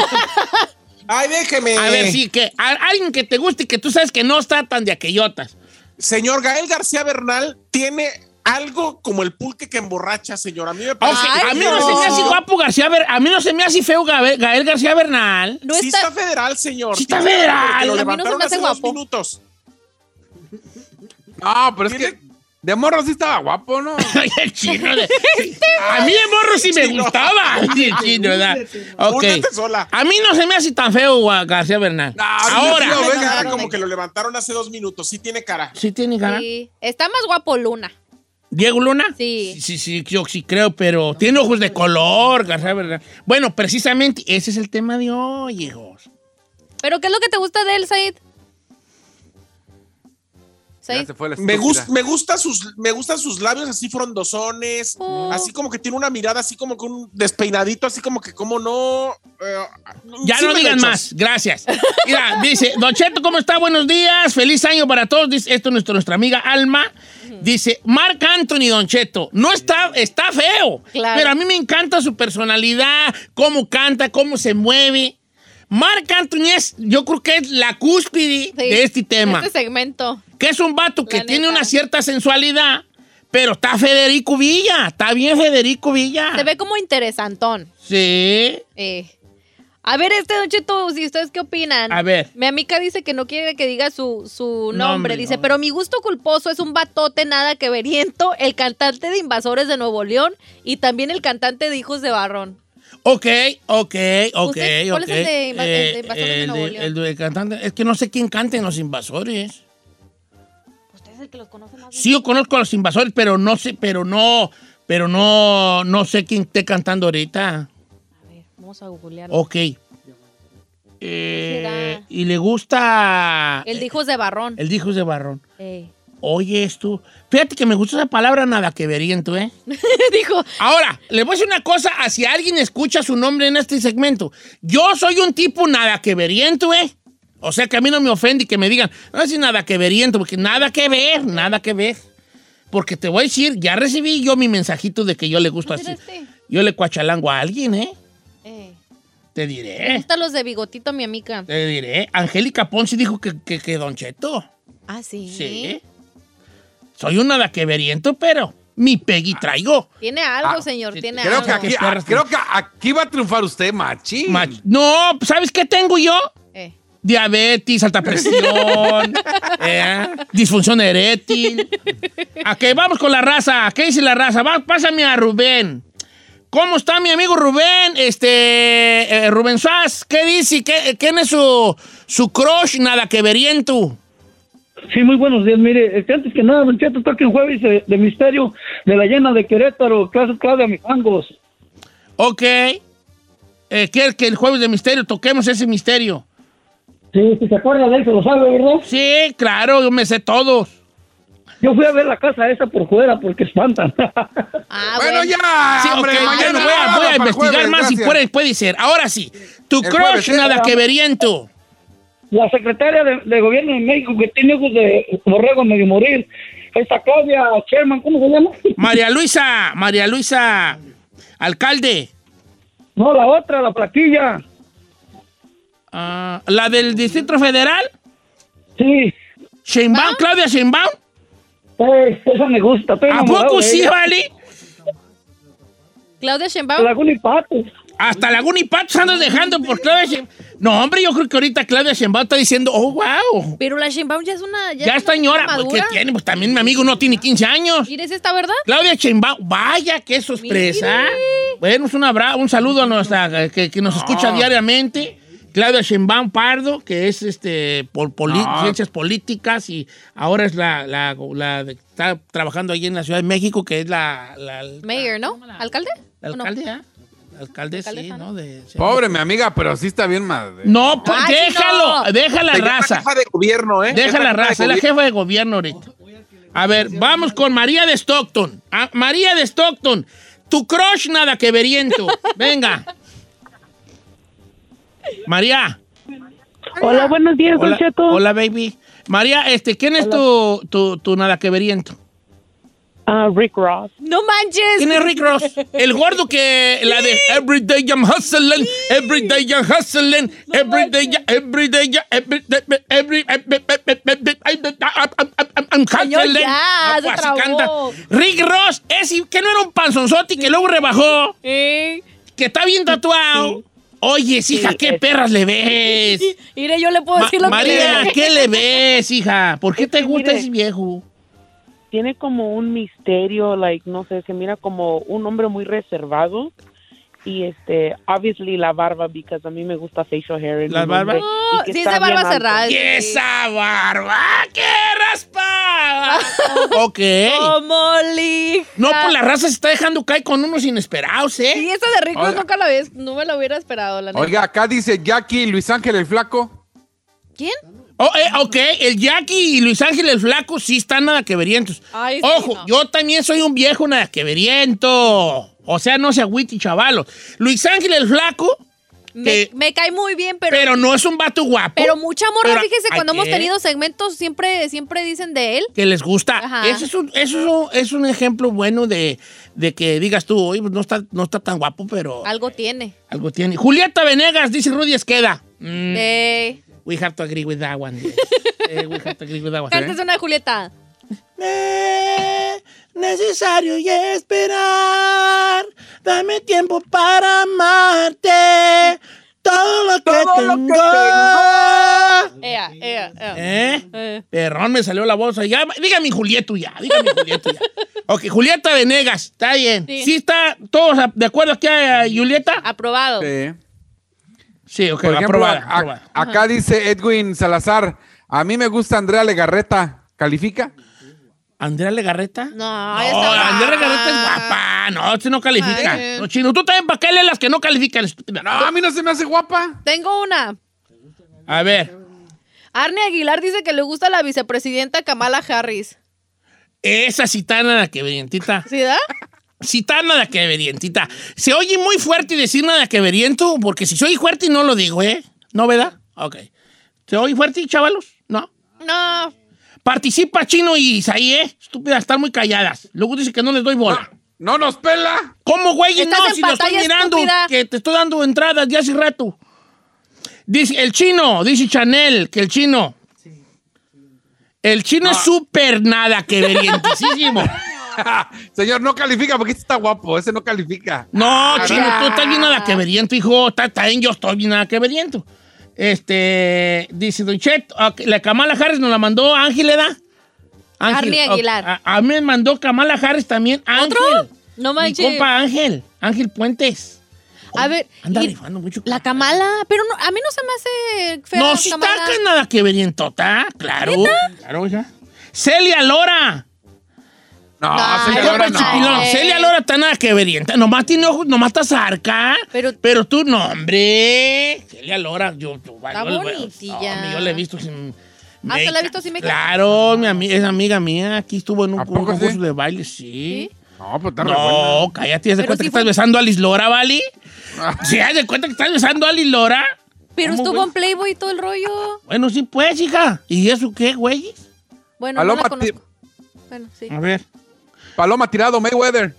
[SPEAKER 9] Ay, déjeme.
[SPEAKER 1] A ver, sí, que a- alguien que te guste y que tú sabes que no está tan de aquellotas.
[SPEAKER 9] Señor Gael García Bernal tiene algo como el pulque que emborracha, señor. A mí me
[SPEAKER 1] Ok,
[SPEAKER 9] parece.
[SPEAKER 2] Ay,
[SPEAKER 1] a mí no. se me hace
[SPEAKER 2] no.
[SPEAKER 1] guapo García Ber- a mí no se me hace feo Gabe- Gael García Bernal.
[SPEAKER 2] No
[SPEAKER 9] sí
[SPEAKER 2] está-
[SPEAKER 9] está federal, señor.
[SPEAKER 1] Sí está
[SPEAKER 9] Tiene-
[SPEAKER 1] federal.
[SPEAKER 9] porque Lo
[SPEAKER 2] A mí no se
[SPEAKER 9] levantaron
[SPEAKER 2] me hace
[SPEAKER 9] hace dos
[SPEAKER 2] guapo.
[SPEAKER 9] minutos.
[SPEAKER 3] No, pero es que de morro sí estaba guapo, ¿no?
[SPEAKER 1] Ay, el chino de- sí. A mí de morro sí me
[SPEAKER 9] Este Chino.
[SPEAKER 1] gustaba. Sí, el chino, ¿verdad? Ok.
[SPEAKER 9] Únete sola.
[SPEAKER 1] A mí no se me hace tan feo gua- García Bernal.
[SPEAKER 3] No,
[SPEAKER 1] Ahora.
[SPEAKER 9] Sí,
[SPEAKER 2] Ay,
[SPEAKER 9] lo ves,
[SPEAKER 2] no,
[SPEAKER 9] cara
[SPEAKER 2] no,
[SPEAKER 9] como
[SPEAKER 2] no.
[SPEAKER 9] que lo levantaron hace dos minutos. Sí tiene cara.
[SPEAKER 1] ¿Sí tiene cara?
[SPEAKER 2] Sí. Está más guapo Luna.
[SPEAKER 1] ¿Diego Luna?
[SPEAKER 2] Sí.
[SPEAKER 1] Sí, sí, yo sí creo, pero tiene ojos de color, García Bernal. Bueno, precisamente ese es el tema de hoy, hijos.
[SPEAKER 2] ¿Pero qué es lo que te gusta de él, Said?
[SPEAKER 3] Ya
[SPEAKER 2] Said.
[SPEAKER 3] se fue la
[SPEAKER 9] Me,
[SPEAKER 3] estúpida.
[SPEAKER 9] gus- me, gusta sus, me gustan sus labios así frondosones,
[SPEAKER 2] Oh.
[SPEAKER 9] así como que tiene una mirada así como con un despeinadito, así como que como no... eh,
[SPEAKER 1] Ya
[SPEAKER 9] sí
[SPEAKER 1] no
[SPEAKER 9] me lo
[SPEAKER 1] digan
[SPEAKER 9] echas.
[SPEAKER 1] más, gracias. Mira, dice, Don Cheto, ¿cómo está? Buenos días, feliz año para todos. Dice, esto es nuestro- nuestra amiga Alma. Dice, Marc Anthony, Don Cheto, no está, está feo,
[SPEAKER 2] Claro.
[SPEAKER 1] pero a mí me encanta su personalidad, cómo canta, cómo se mueve. Marc Anthony es, yo creo que es la cúspide
[SPEAKER 2] Sí.
[SPEAKER 1] de este tema,
[SPEAKER 2] Este segmento.
[SPEAKER 1] que es un vato que
[SPEAKER 2] La
[SPEAKER 1] tiene
[SPEAKER 2] neta.
[SPEAKER 1] una cierta sensualidad, pero está Federico Villa, está bien Federico Villa.
[SPEAKER 2] Se ve como interesantón.
[SPEAKER 1] Sí.
[SPEAKER 2] Eh. A ver, este Don Cheto, si ustedes qué opinan.
[SPEAKER 1] A ver.
[SPEAKER 2] Mi amiga dice que no quiere que diga su, su nombre.
[SPEAKER 1] Nombre,
[SPEAKER 2] Dice,
[SPEAKER 1] no.
[SPEAKER 2] pero mi gusto culposo es un batote nada que veriento, el cantante de Invasores de Nuevo León y también el cantante de Hijos de Barrón.
[SPEAKER 1] Ok, ok, ok,
[SPEAKER 2] ¿Usted cuál
[SPEAKER 1] ok.
[SPEAKER 2] es el de inva- el de
[SPEAKER 1] Eh,
[SPEAKER 2] Invasores de
[SPEAKER 1] el
[SPEAKER 2] Nuevo
[SPEAKER 1] de-
[SPEAKER 2] León?
[SPEAKER 1] el de cantante. Es que no sé quién canta en Los Invasores.
[SPEAKER 2] Usted es el que los conoce más. bien.
[SPEAKER 1] Sí, yo conozco a Los Invasores, pero no sé, pero no, pero no, no sé quién esté cantando ahorita.
[SPEAKER 2] A ver, vamos a googlear.
[SPEAKER 1] Ok. Eh,
[SPEAKER 2] será?
[SPEAKER 1] y le gusta...
[SPEAKER 2] El de Hijos de Barrón.
[SPEAKER 1] El de Hijos de Barrón.
[SPEAKER 2] Eh.
[SPEAKER 1] Oye, esto... Fíjate que me gusta esa palabra nada que veriento, ¿eh?
[SPEAKER 2] Dijo,
[SPEAKER 1] Ahora, le voy a decir una cosa, a si alguien escucha su nombre en este segmento. Yo soy un tipo nada que veriento, ¿eh? O sea que a mí no me ofende y que me digan, no es nada que veriento, porque nada que ver, nada que ver. Porque te voy a decir, ya recibí yo mi mensajito de que yo le gusto así.
[SPEAKER 2] ¿será este?
[SPEAKER 1] Yo le cuachalango a alguien, ¿eh?
[SPEAKER 2] Eh.
[SPEAKER 1] Te diré,
[SPEAKER 2] Están los de bigotito, mi amiga.
[SPEAKER 1] te diré. Angélica Ponce dijo que, que, que Don Cheto.
[SPEAKER 2] Ah, sí.
[SPEAKER 1] Sí. Soy un nada que veriento, pero mi Peggy traigo.
[SPEAKER 2] Tiene algo,
[SPEAKER 3] Ah,
[SPEAKER 2] señor,
[SPEAKER 1] sí,
[SPEAKER 2] tiene
[SPEAKER 3] Creo
[SPEAKER 2] algo.
[SPEAKER 3] que, aquí,
[SPEAKER 1] Ah, no.
[SPEAKER 3] creo que aquí va a triunfar usted, machín.
[SPEAKER 1] Mach- No, ¿sabes qué tengo yo?
[SPEAKER 2] Eh.
[SPEAKER 1] Diabetes, alta presión, ¿eh? disfunción erétil. Ok, vamos con la raza. ¿Qué dice la raza? Va, pásame a Rubén. ¿Cómo está mi amigo Rubén? Este, eh, Rubén Suárez, ¿qué dice? ¿Qué- ¿Quién es su, su crush nada que veriento?
[SPEAKER 10] Sí, muy buenos días. Mire, este, antes que nada, Don Cheto, toque un jueves eh, de misterio de la llena de Querétaro, clase Claudia Mijangos.
[SPEAKER 1] Ok. Eh, ¿Quieres que el jueves de misterio toquemos ese misterio?
[SPEAKER 10] Sí, si se acuerda de él, se lo sabe, ¿verdad?
[SPEAKER 1] Sí, claro, yo me sé todos.
[SPEAKER 10] Yo fui a ver la casa esa por fuera porque espantan.
[SPEAKER 2] Ah,
[SPEAKER 3] Bueno,
[SPEAKER 2] bueno.
[SPEAKER 3] ya.
[SPEAKER 1] Sí,
[SPEAKER 3] hombre,
[SPEAKER 1] ok,
[SPEAKER 3] mañana
[SPEAKER 1] bueno, voy a, voy a
[SPEAKER 3] para el
[SPEAKER 1] investigar
[SPEAKER 3] jueves,
[SPEAKER 1] más y
[SPEAKER 3] gracias.
[SPEAKER 1] puede, puede ser. Ahora sí, tu
[SPEAKER 3] El
[SPEAKER 1] crush
[SPEAKER 3] jueves, ¿eh?
[SPEAKER 1] nada que veriento.
[SPEAKER 10] la secretaria de, de gobierno de México que tiene ojos de borrego medio morir, esta Claudia Sherman, ¿cómo se llama?
[SPEAKER 1] María Luisa, María Luisa, alcalde.
[SPEAKER 10] No, la otra, la plaquilla.
[SPEAKER 1] Ah, la del Distrito Federal,
[SPEAKER 10] Sí,
[SPEAKER 1] Sheinbaum, Claudia Sheinbaum.
[SPEAKER 6] Pues,
[SPEAKER 10] eh, esa me gusta. estoy
[SPEAKER 1] ¿A
[SPEAKER 10] enamorado
[SPEAKER 1] poco
[SPEAKER 10] de
[SPEAKER 1] sí,
[SPEAKER 10] ella.
[SPEAKER 1] vale?
[SPEAKER 2] Claudia Sheinbaum.
[SPEAKER 10] Laguna y Patos.
[SPEAKER 1] Hasta Laguna y Patos andas dejando por Claudia Sheinbaum. No, hombre, yo creo que ahorita Claudia Sheinbaum está diciendo, oh, wow.
[SPEAKER 2] Pero la Sheinbaum ya es una...
[SPEAKER 1] Ya
[SPEAKER 2] es
[SPEAKER 1] está
[SPEAKER 2] una
[SPEAKER 1] señora,
[SPEAKER 2] madura.
[SPEAKER 1] porque tiene, pues también mi amigo no tiene 15 años.
[SPEAKER 2] ¿Quieres esta verdad?
[SPEAKER 1] Claudia Sheinbaum, vaya qué sorpresa. Bueno, es un abra- un saludo a nuestra que, que nos escucha diariamente. Claudia Sheinbaum Pardo, que es este por poli-
[SPEAKER 3] No.
[SPEAKER 1] ciencias políticas y ahora es la, la- la de- está trabajando allí en la Ciudad de México, que es la, la,
[SPEAKER 2] Mayor, ¿no? ¿Alcalde?
[SPEAKER 1] la
[SPEAKER 2] ¿O no?
[SPEAKER 1] alcaldía. La alcaldesa, sí,
[SPEAKER 2] Alcaldesa,
[SPEAKER 1] ¿no? De-
[SPEAKER 3] Pobre mi amiga, pero sí está bien madre.
[SPEAKER 1] No, pues
[SPEAKER 2] Ay,
[SPEAKER 1] déjalo,
[SPEAKER 2] no.
[SPEAKER 1] deja la
[SPEAKER 9] Te llama
[SPEAKER 1] raza.
[SPEAKER 9] jefa de gobierno, ¿eh?
[SPEAKER 1] Deja
[SPEAKER 9] Jefa
[SPEAKER 1] la
[SPEAKER 9] de
[SPEAKER 1] raza, es la
[SPEAKER 9] gobierno.
[SPEAKER 1] jefa de gobierno ahorita. A ver, vamos con María de Stockton. Ah, María de Stockton, tu crush nada que veriento. Venga. María.
[SPEAKER 6] Hola, buenos días,
[SPEAKER 1] Hola, hola, baby. María, este, ¿quién es tu, tu, tu nada que veriento?
[SPEAKER 6] Ah, Rick Ross.
[SPEAKER 2] ¡No manches!
[SPEAKER 1] ¿Quién es Rick Ross? El gordo que la de Everyday I'm hustling, Everyday I'm hustling, Everyday, ya- Everyday, ya- Everyday, every- I'm hustling.
[SPEAKER 2] ya,
[SPEAKER 1] Algo
[SPEAKER 2] se
[SPEAKER 1] así
[SPEAKER 2] trabó.
[SPEAKER 1] canta. Rick Ross, ese que no era un panzonzote y que luego rebajó,
[SPEAKER 2] Eh,
[SPEAKER 1] que está bien tatuado. Oye, hija, qué perras le ves.
[SPEAKER 2] mire, yo le puedo
[SPEAKER 1] Ma-
[SPEAKER 2] decir pues, lo
[SPEAKER 1] María,
[SPEAKER 2] que...
[SPEAKER 1] ¿qué le ves, hija? ¿Por qué
[SPEAKER 6] Es
[SPEAKER 1] te
[SPEAKER 6] que
[SPEAKER 1] gusta
[SPEAKER 6] mire.
[SPEAKER 1] ese viejo?
[SPEAKER 6] Tiene como un misterio, like, no sé, se mira como un hombre muy reservado. Y este, obviously la barba, because a mí me gusta facial hair. en
[SPEAKER 1] ¿Las
[SPEAKER 6] un
[SPEAKER 1] barbas?
[SPEAKER 6] hombre, y que
[SPEAKER 2] Oh, sí, es
[SPEAKER 6] está
[SPEAKER 2] de barba
[SPEAKER 6] bien alto.
[SPEAKER 2] cerrada.
[SPEAKER 1] ¡Y
[SPEAKER 2] sí.
[SPEAKER 1] esa barba que raspa! ok.
[SPEAKER 2] Como lija.
[SPEAKER 1] No, pues la raza se está dejando caer con unos inesperados,
[SPEAKER 2] Y
[SPEAKER 1] ¿eh?
[SPEAKER 2] esa de Rick Ross
[SPEAKER 3] Oiga.
[SPEAKER 2] nunca la ves, no me la hubiera esperado, la neta.
[SPEAKER 3] Oiga, acá dice Jackie Luis Ángel el Flaco.
[SPEAKER 2] ¿Quién?
[SPEAKER 1] Oh, eh, ok, el Jackie y Luis Ángel el Flaco sí están nada que verientos.
[SPEAKER 2] Ay, sí,
[SPEAKER 1] Ojo,
[SPEAKER 2] no.
[SPEAKER 1] yo también soy un viejo nada que veriento. O sea, no se agüite, chavalos. Luis Ángel el Flaco,
[SPEAKER 2] Me,
[SPEAKER 1] que-
[SPEAKER 2] me cae muy bien, pero,
[SPEAKER 1] pero,
[SPEAKER 2] pero,
[SPEAKER 1] no es un vato guapo.
[SPEAKER 2] mucha morra,
[SPEAKER 1] Pero,
[SPEAKER 2] fíjese,
[SPEAKER 1] ¿a
[SPEAKER 2] cuando hemos
[SPEAKER 1] qué?
[SPEAKER 2] tenido segmentos siempre, siempre dicen de él.
[SPEAKER 1] que les gusta.
[SPEAKER 2] Ajá.
[SPEAKER 1] Ese es un, eso es un- es un ejemplo bueno de, de que digas tú, oye, pues no está, no está tan guapo, pero
[SPEAKER 2] Algo tiene.
[SPEAKER 1] algo tiene. Julieta Venegas, dice Rudy Esqueda. Mm,
[SPEAKER 2] Eh,
[SPEAKER 1] We have to agree with that one. Eh, we have to agree with that one.
[SPEAKER 2] Cantes una de Julieta.
[SPEAKER 1] Ne- necesario y esperar. Dame tiempo para amarte. Todo lo que tengo.
[SPEAKER 2] Ea, ea, ea.
[SPEAKER 1] ¿Eh?
[SPEAKER 2] Eh.
[SPEAKER 1] Perrón, me salió la bolsa. Ya, dígame, Julieto, ya. Dígame, Julieto, ya. Ok, Julieta Venegas, está bien. Sí,
[SPEAKER 2] Sí.
[SPEAKER 1] está, todos a- de acuerdo aquí a Julieta.
[SPEAKER 2] Aprobado.
[SPEAKER 3] Sí.
[SPEAKER 1] Sí, ok,
[SPEAKER 3] Por ejemplo,
[SPEAKER 1] aprobada,
[SPEAKER 3] a-
[SPEAKER 1] aprobada.
[SPEAKER 3] a- acá dice Edwin Salazar. A mí me gusta Andrea Legarreta. ¿Califica?
[SPEAKER 1] ¿Andrea Legarreta?
[SPEAKER 2] No,
[SPEAKER 1] No,
[SPEAKER 2] esa va.
[SPEAKER 1] Andrea Legarreta es guapa. No, este no califica.
[SPEAKER 2] Ay.
[SPEAKER 1] No, chino, tú también, ¿para qué lees las que no califican? estúpida?
[SPEAKER 3] No, a mí no se me hace guapa.
[SPEAKER 2] Tengo una.
[SPEAKER 1] A ver.
[SPEAKER 2] Arne Aguilar dice que le gusta la vicepresidenta Kamala Harris.
[SPEAKER 1] Esa citana de que verientita.
[SPEAKER 2] ¿Sí da?
[SPEAKER 1] Citana de que verientita. Se oye muy fuerte decir nada que veriento, porque si soy fuerte no lo digo, ¿eh? ¿No, verdad? Ok. ¿Se oye fuerte, chavalos? No.
[SPEAKER 2] No.
[SPEAKER 1] Participa Chino y Isaí, ¿eh? Estúpidas, están muy calladas. Luego dice que no les doy bola.
[SPEAKER 3] No nos pela.
[SPEAKER 1] ¿Cómo, güey? No,
[SPEAKER 2] Estás en
[SPEAKER 1] si lo estoy
[SPEAKER 2] pantalla,
[SPEAKER 1] mirando,
[SPEAKER 2] estúpida.
[SPEAKER 1] que te estoy dando entradas ya hace rato. Dice, el chino, dice Chanel, que el chino. El chino es súper nada que verientisísimo.
[SPEAKER 3] Señor, no califica porque este está guapo. Ese no califica.
[SPEAKER 1] No, chino,
[SPEAKER 2] Ah, ya.
[SPEAKER 1] tú estás bien nada que veriento, hijo. Está- está bien, yo estoy bien nada que veriento. Este, dice Don Cheto, ah, que la Kamala Harris nos la mandó Ángel, ¿verdad? Ángel,
[SPEAKER 2] Arnie
[SPEAKER 1] ok,
[SPEAKER 2] Aguilar.
[SPEAKER 1] A, a mí me mandó Kamala Harris también, Ángel.
[SPEAKER 2] No
[SPEAKER 1] Mi
[SPEAKER 2] manches.
[SPEAKER 1] compa Ángel, Ángel Puentes.
[SPEAKER 2] A ver,
[SPEAKER 1] Anda
[SPEAKER 2] y
[SPEAKER 1] rifando mucho.
[SPEAKER 2] la Kamala, pero no, a mí no se me hace fea
[SPEAKER 1] No,
[SPEAKER 2] la
[SPEAKER 1] si está
[SPEAKER 2] Kamala.
[SPEAKER 1] que nada que ver en Tota, claro. Claro, hija. Celia Lora.
[SPEAKER 3] No,
[SPEAKER 2] Ay,
[SPEAKER 3] Celia
[SPEAKER 2] no,
[SPEAKER 3] Lora
[SPEAKER 1] Compa chiquilón,
[SPEAKER 3] no.
[SPEAKER 2] eh.
[SPEAKER 1] pues, Celia Lora está nada que verienta. Nomás tiene ojos, nomás está zarca.
[SPEAKER 2] Pero-
[SPEAKER 1] Pero, tú, no, hombre. Celia Lora, yo, yo-
[SPEAKER 2] Está
[SPEAKER 1] yo-
[SPEAKER 2] bonitilla.
[SPEAKER 1] no, yo la he visto sin.
[SPEAKER 2] Ah, ¿usted la ha
[SPEAKER 1] make-up.
[SPEAKER 2] visto sin make-up?
[SPEAKER 1] Claro, mi ami- es amiga mía. Aquí estuvo en un,
[SPEAKER 3] ¿A poco
[SPEAKER 1] un concurso
[SPEAKER 3] sí?
[SPEAKER 1] de baile, sí.
[SPEAKER 3] No, pues está re buena. Ah.
[SPEAKER 1] No, cállate, haz de
[SPEAKER 2] Pero
[SPEAKER 1] cuenta
[SPEAKER 2] sí
[SPEAKER 1] que
[SPEAKER 2] fue-
[SPEAKER 1] estás besando a Alice Lora, ¿vale? Sí, haz de cuenta que estás besando a Alice Lora.
[SPEAKER 2] Pero
[SPEAKER 1] ¿Cómo,
[SPEAKER 2] estuvo
[SPEAKER 1] güey?
[SPEAKER 2] en Playboy y todo el rollo.
[SPEAKER 1] Bueno, sí, pues, hija. ¿Y eso qué, güey?
[SPEAKER 2] Bueno, no
[SPEAKER 3] Paloma,
[SPEAKER 2] la
[SPEAKER 3] ti-
[SPEAKER 2] conozco. Bueno, sí.
[SPEAKER 1] A ver.
[SPEAKER 3] Paloma tirado, Mayweather.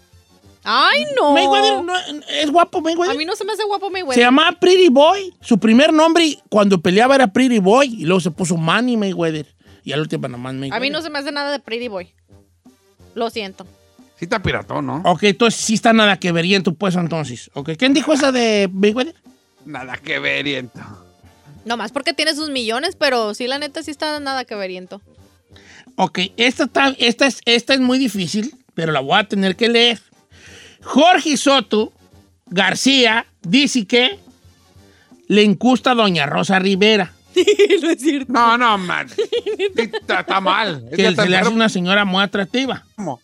[SPEAKER 2] Ay, no.
[SPEAKER 1] Mayweather no- es guapo, Mayweather.
[SPEAKER 2] A mí no se me hace guapo
[SPEAKER 1] Se
[SPEAKER 2] Mayweather.
[SPEAKER 1] llamaba Pretty Boy. Su primer nombre cuando peleaba era Pretty Boy. Y luego se puso Manny Mayweather. Y al último nada más Mayweather.
[SPEAKER 2] A mí no se me hace nada de Pretty Boy. Lo siento.
[SPEAKER 3] Sí está piratón, ¿no?
[SPEAKER 1] Ok, entonces sí está nada que ver en tu puesto entonces. Ok, ¿quién dijo esa de Mayweather?
[SPEAKER 3] Nada que ver, viento.
[SPEAKER 2] Nomás porque tiene sus millones, pero sí, la neta, sí está nada que veriento.
[SPEAKER 1] Ok, esta, está- esta, es, esta es muy difícil, pero la voy a tener que leer. Jorge Soto García dice que le incusta a Doña Rosa Rivera.
[SPEAKER 2] no es cierto.
[SPEAKER 3] No, no, man. Sí, está, está mal. Es
[SPEAKER 1] Que
[SPEAKER 3] ya
[SPEAKER 1] se le hace
[SPEAKER 3] tan
[SPEAKER 1] una señora muy atractiva.
[SPEAKER 3] enfermo.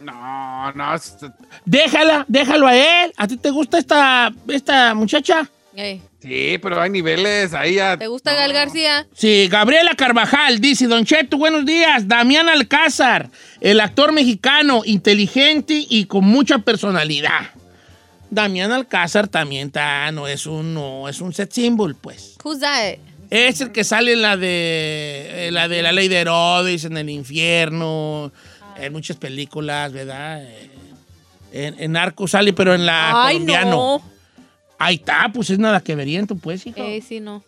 [SPEAKER 3] No, no. es-
[SPEAKER 1] Déjala, déjalo a él. ¿A ti te gusta esta, esta muchacha?
[SPEAKER 2] Ey,
[SPEAKER 3] Sí, pero hay niveles ahí ya.
[SPEAKER 2] ¿Te gusta Gal García?
[SPEAKER 1] Sí, Gabriela Carvajal dice, Don Cheto, buenos días. Damián Alcázar, el actor mexicano, inteligente y con mucha personalidad. Damián Alcázar también está, no es un, no, es un set symbol, pues.
[SPEAKER 2] Who's that?
[SPEAKER 1] Es el que sale en la de, eh, la de la ley de Herodes, en el infierno, en muchas películas, ¿verdad? Eh, En, en Arco sale, pero en la
[SPEAKER 2] Ay,
[SPEAKER 1] Ah, colombiano.
[SPEAKER 2] no.
[SPEAKER 1] Ahí está, pues es nada que veriento, pues, hijo.
[SPEAKER 2] Ey, Eh, sí, no.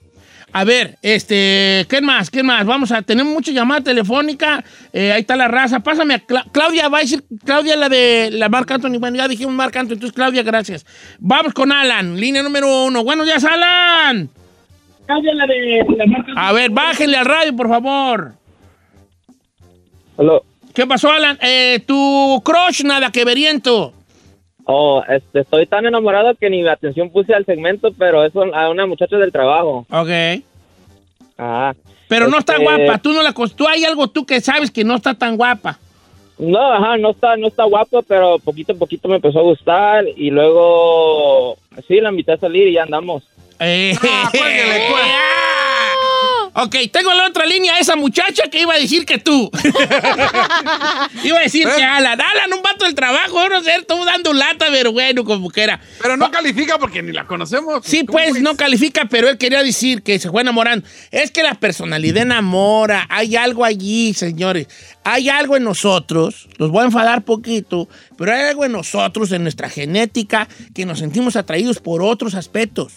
[SPEAKER 1] A ver, este, ¿qué más? ¿Qué más? Vamos a tener mucha llamada telefónica. Eh, ahí está la raza. Pásame a Cla- Claudia, va a decir Claudia la de la Marc Anthony. Bueno, ya dijimos Marc Anthony, entonces Claudia, gracias. Vamos con Alan, línea número uno. Buenos días, Alan.
[SPEAKER 10] Cállala de la marca.
[SPEAKER 1] A ver, bájenle al radio, por favor.
[SPEAKER 7] Hola.
[SPEAKER 1] ¿Qué pasó, Alan? Eh, tu crush, nada que veriento.
[SPEAKER 7] Oh, este, estoy tan enamorado que ni la atención puse al segmento, pero es un- a una muchacha del trabajo.
[SPEAKER 1] Ok.
[SPEAKER 7] Ah.
[SPEAKER 1] Pero no está
[SPEAKER 7] Este-
[SPEAKER 1] guapa. Tú no la cos- Tú hay algo tú que sabes que no está tan guapa.
[SPEAKER 7] No, ajá, no está, no está guapo, pero poquito a poquito me empezó a gustar y luego sí la invité a salir y ya andamos.
[SPEAKER 1] Eh,
[SPEAKER 3] Ah, cuélguele, cuélguele.
[SPEAKER 1] ah. Ok, tengo la otra línea, esa muchacha que iba a decir que tú. iba a decir
[SPEAKER 3] ¿Eh?
[SPEAKER 1] que Alan. Alan, un vato del trabajo, no sé, tú dando lata, pero bueno, como que era.
[SPEAKER 3] Pero no califica porque ni la conocemos.
[SPEAKER 1] Sí,
[SPEAKER 3] ¿Cómo
[SPEAKER 1] pues
[SPEAKER 3] ves?
[SPEAKER 1] no califica, pero él quería decir que se fue enamorando. Es que la personalidad enamora. Hay algo allí, señores. Hay algo en nosotros. Los voy a enfadar poquito, pero hay algo en nosotros, en nuestra genética, que nos sentimos atraídos por otros aspectos.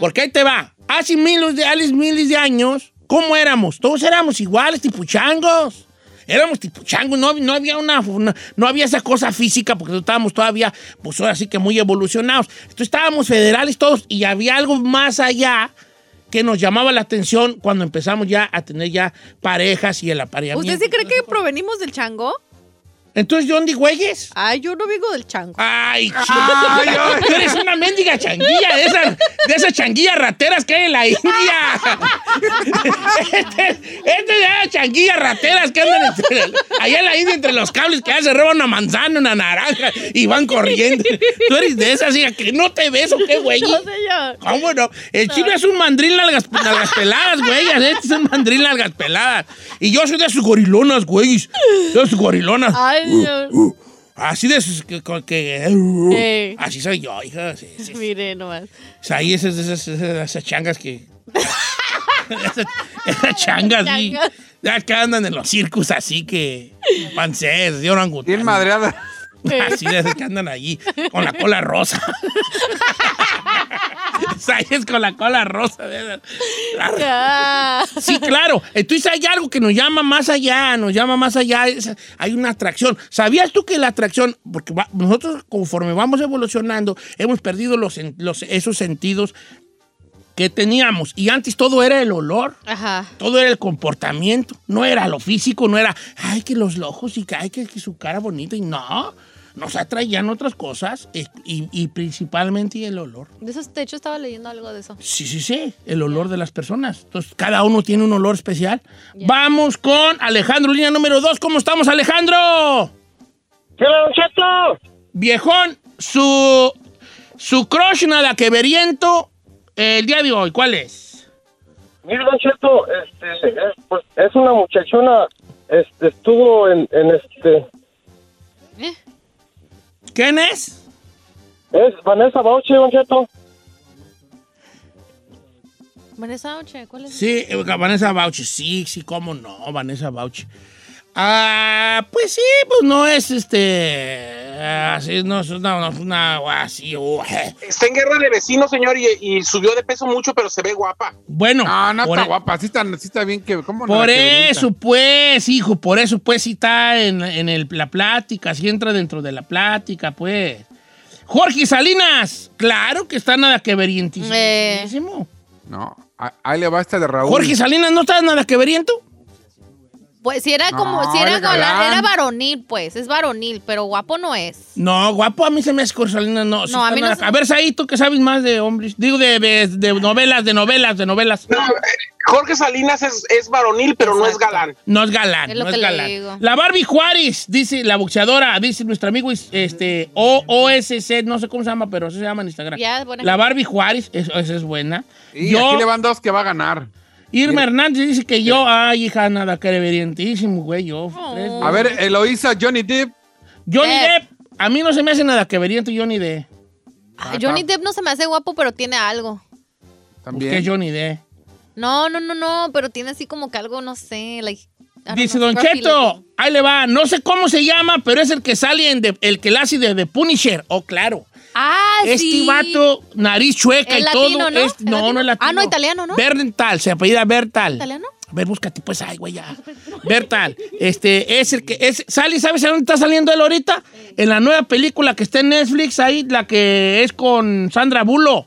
[SPEAKER 1] Porque ahí te va. Hace miles de, hace miles de años, ¿cómo éramos? Todos éramos iguales, tipuchangos. Éramos tipuchangos, no, no había una, una- no había esa cosa física porque estábamos todavía, pues ahora sí que muy evolucionados. Entonces estábamos federales todos y había algo más allá que nos llamaba la atención cuando empezamos ya a tener ya parejas y el apareamiento.
[SPEAKER 2] ¿Usted sí cree que provenimos del chango?
[SPEAKER 1] Entonces, ¿de dónde güeyes?
[SPEAKER 2] Ay, yo no vengo del chango.
[SPEAKER 1] Ay,
[SPEAKER 3] Ay,
[SPEAKER 1] chido.
[SPEAKER 3] ay.
[SPEAKER 1] Tú eres una mendiga changuilla de esas, de esas changuillas rateras que hay en la India. Este, este de esas changuillas rateras que andan entre, allá en la India entre los cables que ya se roban una manzana, una naranja y van corriendo. Tú eres de esas, hija, que no te beso, qué güey.
[SPEAKER 2] No, señor.
[SPEAKER 1] ¿Cómo no? El chino es un mandril nalgas, nalgas peladas, güey. Este es un mandril nalgas peladas. Y yo soy de sus gorilonas, güey. De sus gorilonas.
[SPEAKER 2] Ay, señor.
[SPEAKER 1] Uh, Así de sus que, con- que- uh,
[SPEAKER 2] Ey.
[SPEAKER 1] así soy yo, hija. sí, sí, sí.
[SPEAKER 2] Mire nomás.
[SPEAKER 1] O sea, ahí esas, esas, esas- esas changas que. esas, esas changas, sí.
[SPEAKER 2] Changas.
[SPEAKER 1] Ya que andan en los circos así que. Pancés, de orangután.
[SPEAKER 3] Bien madreada.
[SPEAKER 1] Así de esas que andan allí, con la cola rosa. O sea, ahí es con la cola rosa. de esas.
[SPEAKER 2] Ya.
[SPEAKER 1] Sí, claro. Entonces hay algo que nos llama más allá, nos llama más allá. Es- Hay una atracción. ¿Sabías tú que la atracción, porque va- nosotros conforme vamos evolucionando, hemos perdido los, sen- los- esos sentidos que teníamos? Y antes todo era el olor.
[SPEAKER 2] Ajá.
[SPEAKER 1] Todo era el comportamiento, no era lo físico, no era, ay, que los ojos y que, ay, que, que su cara bonita, y no. nos atraían otras cosas eh, y, y principalmente el olor.
[SPEAKER 2] De esos techos estaba leyendo algo de eso.
[SPEAKER 1] Sí, sí, sí, el olor de las personas. Entonces, cada uno tiene un olor especial. Vamos con Alejandro, línea número dos. ¿Cómo estamos, Alejandro? Viejón, su, su crush nada que veriento el día de hoy, ¿cuál es?
[SPEAKER 11] Mira, Don Cheto, este, es, pues, es una muchachona, este, estuvo en, en este...
[SPEAKER 1] ¿Quién es?
[SPEAKER 11] Es Vanessa Bauchi, Don Cheto.
[SPEAKER 2] Vanessa Oche, ¿cuál es?
[SPEAKER 1] Sí, eh, Vanessa Bauchi, sí, sí, cómo no, Vanessa Bauchi. Ah, pues sí, pues no es este. Así, no es una. no es una- así, uh, je.
[SPEAKER 4] Está en guerra de vecinos, señor, y, y subió de peso mucho, pero se ve guapa.
[SPEAKER 1] Bueno.
[SPEAKER 3] Ah, no
[SPEAKER 1] por
[SPEAKER 3] está
[SPEAKER 1] e-
[SPEAKER 3] guapa. Sí está, sí está bien que. ¿cómo no
[SPEAKER 1] Por
[SPEAKER 3] la quebrinta?
[SPEAKER 1] eso, pues, hijo, por eso, pues, sí está en, en el- la plática, sí entra dentro de la plática, pues. Jorge Salinas, claro que está nada que verientísimo.
[SPEAKER 2] Eh.
[SPEAKER 3] No, a- ahí le va esta de Raúl.
[SPEAKER 1] Jorge Salinas, ¿no está nada que veriento?
[SPEAKER 2] Pues si era
[SPEAKER 1] No,
[SPEAKER 2] como, si era,
[SPEAKER 1] era
[SPEAKER 2] con la-
[SPEAKER 1] galán.
[SPEAKER 2] era varonil, pues, es varonil, pero guapo no es.
[SPEAKER 1] No, guapo, a mí se me hace Jorge Salinas, no. sí
[SPEAKER 2] No, a
[SPEAKER 1] está
[SPEAKER 2] mí no
[SPEAKER 1] nada-
[SPEAKER 2] se-
[SPEAKER 1] A ver, Saí, tú que sabes más de hombres, digo, de, de- de novelas, de novelas, de novelas.
[SPEAKER 4] Jorge Salinas es, es varonil, pero no es galán.
[SPEAKER 1] No es galán,
[SPEAKER 4] Es lo
[SPEAKER 1] no es
[SPEAKER 4] que le
[SPEAKER 1] galán.
[SPEAKER 4] digo.
[SPEAKER 1] La Barbie Juárez, dice la boxeadora, dice nuestro amigo este, OOSC, no sé cómo se llama, pero así se llama en Instagram.
[SPEAKER 2] Ya, buena
[SPEAKER 1] la
[SPEAKER 2] gente.
[SPEAKER 1] Barbie Juárez, es- esa es buena.
[SPEAKER 3] Y aquí le van dos que va a ganar.
[SPEAKER 1] Irma Hernández dice que yo, ay, hija, nada, que reverentísimo, güey, yo. tres-
[SPEAKER 3] A ver, Eloísa, Johnny Depp.
[SPEAKER 1] Johnny Depp, a mí no se me hace nada que veriente Johnny Depp.
[SPEAKER 2] Ah, Johnny Depp no se me hace guapo, pero tiene algo.
[SPEAKER 1] También. ¿Qué Johnny Depp?
[SPEAKER 2] No, no, no, no, pero tiene así como que algo, no sé, like, I don't
[SPEAKER 1] Dice
[SPEAKER 2] know,
[SPEAKER 1] Don
[SPEAKER 2] profile.
[SPEAKER 1] Cheto, ahí le va, no sé cómo se llama, pero es el que sale en The- el que la hace de The Punisher. Oh, claro.
[SPEAKER 2] Ah,
[SPEAKER 1] este
[SPEAKER 2] sí.
[SPEAKER 1] vato, nariz chueca
[SPEAKER 2] ¿Es
[SPEAKER 1] y
[SPEAKER 2] latino,
[SPEAKER 1] todo.
[SPEAKER 2] no?
[SPEAKER 1] es-
[SPEAKER 2] ¿Es
[SPEAKER 1] no, no es latino.
[SPEAKER 2] Ah, no, italiano, ¿no?
[SPEAKER 1] Bertal, se apellida Bertal.
[SPEAKER 2] ¿Italiano?
[SPEAKER 1] A ver, búscate, pues, ay, güey, ya. Bertal, este, es el que, es, sale, ¿sabes a dónde está saliendo él ahorita? En la nueva película que está en Netflix, ahí, la que es con Sandra Bullock.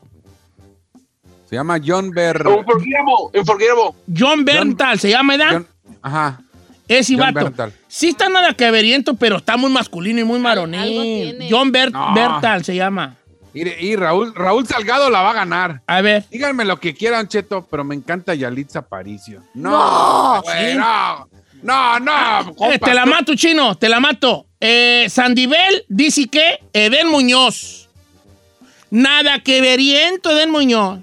[SPEAKER 3] Se llama John Ber.
[SPEAKER 4] Unforgettable, Unforgettable.
[SPEAKER 1] John Bertal, se llama, ¿verdad?
[SPEAKER 3] Ajá.
[SPEAKER 1] Ese
[SPEAKER 3] John
[SPEAKER 1] vato.
[SPEAKER 3] Bertal.
[SPEAKER 1] Sí está nada que veriento, pero está muy masculino y muy maronil. John Ber-
[SPEAKER 3] No.
[SPEAKER 1] Bertal se llama.
[SPEAKER 3] Y, y Raúl, Raúl Salgado la va a ganar.
[SPEAKER 1] A ver. eh,
[SPEAKER 3] Díganme lo que quieran, Cheto, pero me encanta Yalitza Paricio.
[SPEAKER 1] No.
[SPEAKER 3] No, güey, no. No, no,
[SPEAKER 1] Eh,
[SPEAKER 3] compa,
[SPEAKER 1] te la
[SPEAKER 3] tú-
[SPEAKER 1] mato, chino, te la mato. Eh, Sandivel dice que Eden Muñoz. Nada que veriento, Eden Muñoz.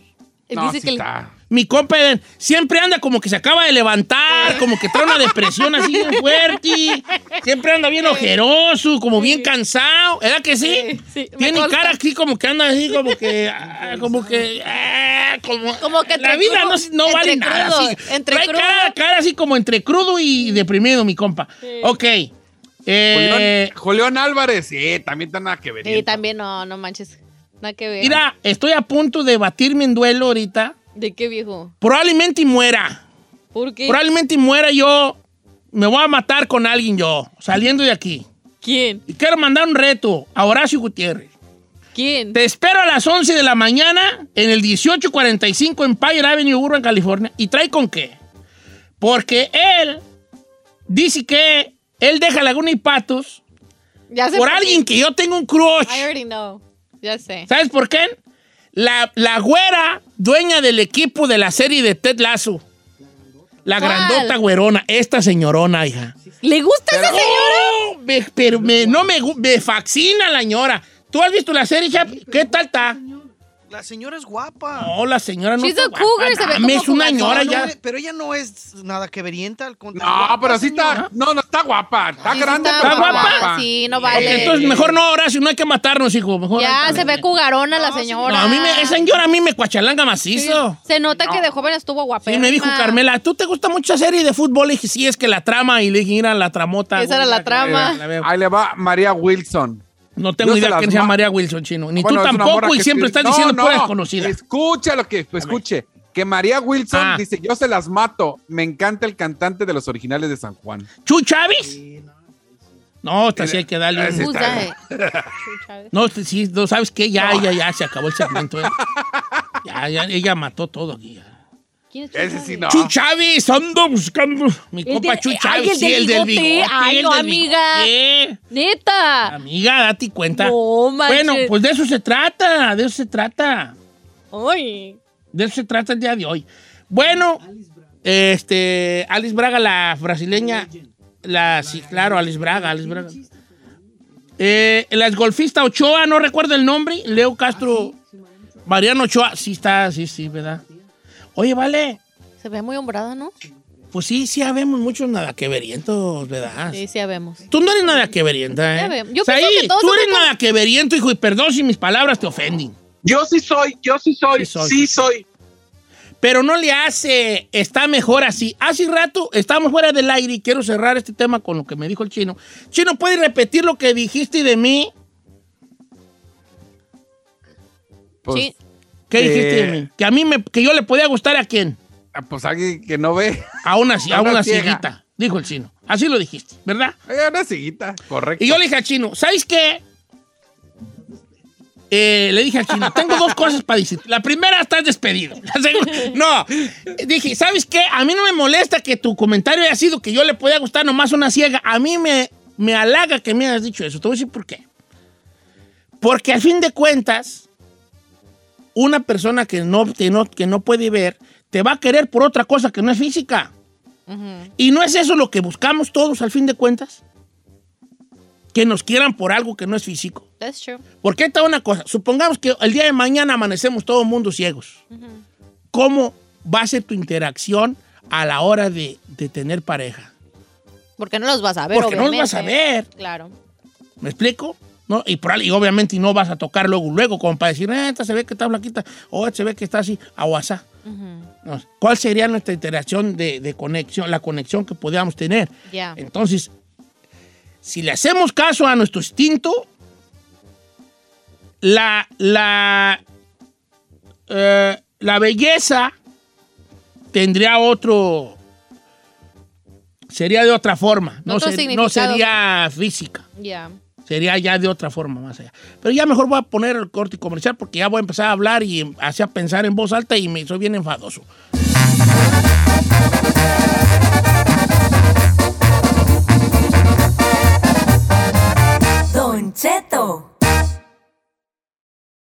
[SPEAKER 2] No, Dice sí que-
[SPEAKER 3] está.
[SPEAKER 1] Mi compa Eden siempre anda como que se acaba de levantar, como que trae una depresión así bien fuerte. Siempre anda bien ojeroso, como bien cansado. ¿Era que sí? Tiene cara aquí como que anda así, como que. ah, como que. ah, como,
[SPEAKER 2] que
[SPEAKER 1] La
[SPEAKER 2] entre
[SPEAKER 1] vida
[SPEAKER 2] crudo-
[SPEAKER 1] no, se- no
[SPEAKER 2] entre
[SPEAKER 1] vale nada.
[SPEAKER 2] crudo,
[SPEAKER 1] sí.
[SPEAKER 2] entre
[SPEAKER 1] Trae
[SPEAKER 2] crudo.
[SPEAKER 1] Cara, cara así como entre crudo y deprimido, mi compa. Ok. Eh,
[SPEAKER 3] Julián, Julián Álvarez, sí, también está nada que ver.
[SPEAKER 2] Eh, Sí, Eh, también, no, no manches. Nada que ver.
[SPEAKER 1] mira, estoy a punto de batirme en duelo ahorita.
[SPEAKER 2] ¿De qué viejo?
[SPEAKER 1] Probablemente y muera.
[SPEAKER 2] ¿Por qué?
[SPEAKER 1] Probablemente y muera yo. Me voy a matar con alguien yo, saliendo de aquí.
[SPEAKER 2] ¿Quién?
[SPEAKER 1] Y quiero mandar un reto a Horacio Gutiérrez.
[SPEAKER 2] ¿Quién?
[SPEAKER 1] Te espero a las 11 de la mañana en el 1845 Empire Avenue, Urban, California. ¿Y trae con qué? Porque él dice que él deja Laguna y Patos
[SPEAKER 2] Ya sé
[SPEAKER 1] por
[SPEAKER 2] qué.
[SPEAKER 1] alguien que yo tengo un crush.
[SPEAKER 2] I already know. Ya sé.
[SPEAKER 1] ¿Sabes por qué? La, la güera, dueña del equipo de la serie de Ted Lasso. La
[SPEAKER 2] ¿Cuál?
[SPEAKER 1] grandota güerona, esta señorona, hija.
[SPEAKER 2] ¿Le gusta esa
[SPEAKER 1] señora? pero ¡Oh! me- no me, gu- me fascina la señora. ¿Tú has visto la serie, Chap? ¿Qué tal está?
[SPEAKER 8] La señora es guapa.
[SPEAKER 1] No, la señora no
[SPEAKER 8] She's
[SPEAKER 1] está
[SPEAKER 8] a
[SPEAKER 1] guapa,
[SPEAKER 8] cougar, se ve
[SPEAKER 1] dame,
[SPEAKER 8] como
[SPEAKER 1] es una señora
[SPEAKER 8] No,
[SPEAKER 1] ya.
[SPEAKER 8] no, pero ella no es nada que verienta, al contrario.
[SPEAKER 3] pues. No,
[SPEAKER 8] Guapa,
[SPEAKER 3] pero sí está.
[SPEAKER 8] señora.
[SPEAKER 3] No, no, está guapa. Está
[SPEAKER 8] Sí, sí
[SPEAKER 3] grande,
[SPEAKER 8] está
[SPEAKER 3] pero
[SPEAKER 1] guapa.
[SPEAKER 2] Sí, no
[SPEAKER 1] Ok,
[SPEAKER 2] vale.
[SPEAKER 1] entonces mejor no, Horacio, no hay que matarnos, hijo. Mejor
[SPEAKER 2] Ya, se ve cugarona la
[SPEAKER 1] No,
[SPEAKER 2] señora.
[SPEAKER 1] a mí me, esa señora a mí me cuachalanga macizo.
[SPEAKER 2] Se nota que de joven estuvo guapa.
[SPEAKER 1] Sí, me dijo Carmela, ¿tú te gusta mucho esa serie de fútbol? Le dije, sí, es que la trama. Y le dije, mira, la tramota.
[SPEAKER 2] Esa era
[SPEAKER 1] güey,
[SPEAKER 2] la trama.
[SPEAKER 1] la veo.
[SPEAKER 3] Ahí le va María Wilson.
[SPEAKER 1] No tengo idea quién se llama María Wilson, chino.
[SPEAKER 3] Ah,
[SPEAKER 1] Ni tú tampoco, y siempre estás diciendo
[SPEAKER 3] que
[SPEAKER 1] puras conocidas. Ah.
[SPEAKER 3] Escucha lo que, pues, escuche. Que María Wilson dice, yo se las mato. Me encanta el cantante de los originales de San Juan.
[SPEAKER 1] ¿Chu Chávez? No, hasta sí hay que darle
[SPEAKER 3] Ese
[SPEAKER 1] un...
[SPEAKER 3] está-
[SPEAKER 1] No, este sí, no, ¿sabes qué? Ya, ya, ya, se acabó el segmento. eh. Ya, ya, ella mató todo aquí. ya.
[SPEAKER 2] ¿Quién es
[SPEAKER 3] Ese sí no.
[SPEAKER 1] Chu Chávez, ando buscando mi compa Chu
[SPEAKER 2] Ah. Ay,
[SPEAKER 1] Chávez. Sí, el del bigote.
[SPEAKER 2] Ay,
[SPEAKER 1] el
[SPEAKER 2] no,
[SPEAKER 1] del
[SPEAKER 2] amiga.
[SPEAKER 1] bigote. Eh,
[SPEAKER 2] Neta.
[SPEAKER 1] Amiga, date cuenta.
[SPEAKER 2] No, manches.
[SPEAKER 1] bueno, pues de eso se trata, de eso se trata.
[SPEAKER 2] Ay.
[SPEAKER 1] De eso se trata el día de hoy. Bueno, este, Alice Braga, la brasileña. La, sí, claro, Alice Braga, Alice Braga. Eh, la golfista Ochoa, no recuerdo el nombre. Leo Castro, Mariano Ochoa. Sí, está, sí, sí, ¿verdad? Oye, vale.
[SPEAKER 2] Se ve muy hombrada, ¿no?
[SPEAKER 1] Pues sí, sí, habemos muchos nada que verientos, ¿verdad?
[SPEAKER 2] Sí, sí, ya vemos.
[SPEAKER 1] Tú no eres nada que verienta, ¿eh?
[SPEAKER 2] Ya veo. Yo
[SPEAKER 1] O sea,
[SPEAKER 2] pienso
[SPEAKER 1] ahí,
[SPEAKER 2] que todos
[SPEAKER 1] tú
[SPEAKER 2] somos
[SPEAKER 1] eres
[SPEAKER 2] como-
[SPEAKER 1] nada que veriento, hijo, y perdón si mis palabras te ofenden.
[SPEAKER 9] Yo sí soy, yo sí soy, sí soy.
[SPEAKER 1] Pero no le hace, está mejor así. Hace rato estamos fuera del aire y quiero cerrar este tema con lo que me dijo el chino. Chino, ¿puedes repetir lo que dijiste de mí?
[SPEAKER 3] Pues,
[SPEAKER 2] Sí.
[SPEAKER 1] ¿Qué
[SPEAKER 3] Eh,
[SPEAKER 1] dijiste de mí? Que a mí me, que yo le podía gustar a quién?
[SPEAKER 3] ah, pues alguien que no ve.
[SPEAKER 1] A una, ci- a
[SPEAKER 3] A una
[SPEAKER 1] una
[SPEAKER 3] ciega.
[SPEAKER 1] cieguita, dijo el chino. Así lo dijiste, ¿verdad?
[SPEAKER 3] Oiga, una ciguita, correcto.
[SPEAKER 1] Y yo le dije al chino, ¿sabes qué? Eh, le dije al chino, tengo dos cosas para decir. La primera, estás despedido. La segunda, no. Dije, ¿sabes qué? A mí no me molesta que tu comentario haya sido que yo le podía gustar nomás una ciega. A mí me, me halaga que me hayas dicho eso. Te voy a decir por qué. Porque al fin de cuentas, una persona que no, que no, que no puede ver te va a querer por otra cosa que no es física.
[SPEAKER 2] Ujú.
[SPEAKER 1] ¿Y no es eso lo que buscamos todos al fin de cuentas? Que nos quieran por algo que no es físico.
[SPEAKER 2] That's true.
[SPEAKER 1] Porque está una cosa, supongamos que el día de mañana amanecemos todo el mundo ciegos.
[SPEAKER 2] Ujú.
[SPEAKER 1] ¿Cómo va a ser tu interacción a la hora de, de tener pareja?
[SPEAKER 2] Porque no los vas a ver,
[SPEAKER 1] Porque no los vas a
[SPEAKER 2] obviamente.
[SPEAKER 1] ver.
[SPEAKER 2] Claro.
[SPEAKER 1] ¿Me explico? ¿No? Y, probable- y obviamente no vas a tocar luego, luego, como para decir, "Ah, esta se ve que está blanquita, o esta se ve que está así, aguasá.
[SPEAKER 2] Ujú.
[SPEAKER 1] No, ¿Cuál sería nuestra interacción de, de conexión, la conexión que podíamos tener?
[SPEAKER 2] Ya.
[SPEAKER 1] Entonces, si le hacemos caso a nuestro instinto, la, la, eh, la belleza tendría otro, sería de otra forma, no,
[SPEAKER 2] Otro
[SPEAKER 1] ser- no
[SPEAKER 2] significado.
[SPEAKER 1] sería física,
[SPEAKER 2] Ya.
[SPEAKER 1] sería ya de otra forma más allá. Pero ya mejor voy a poner el corte comercial porque ya voy a empezar a hablar y hacia pensar en voz alta y me soy bien enfadoso.
[SPEAKER 5] Don Cheto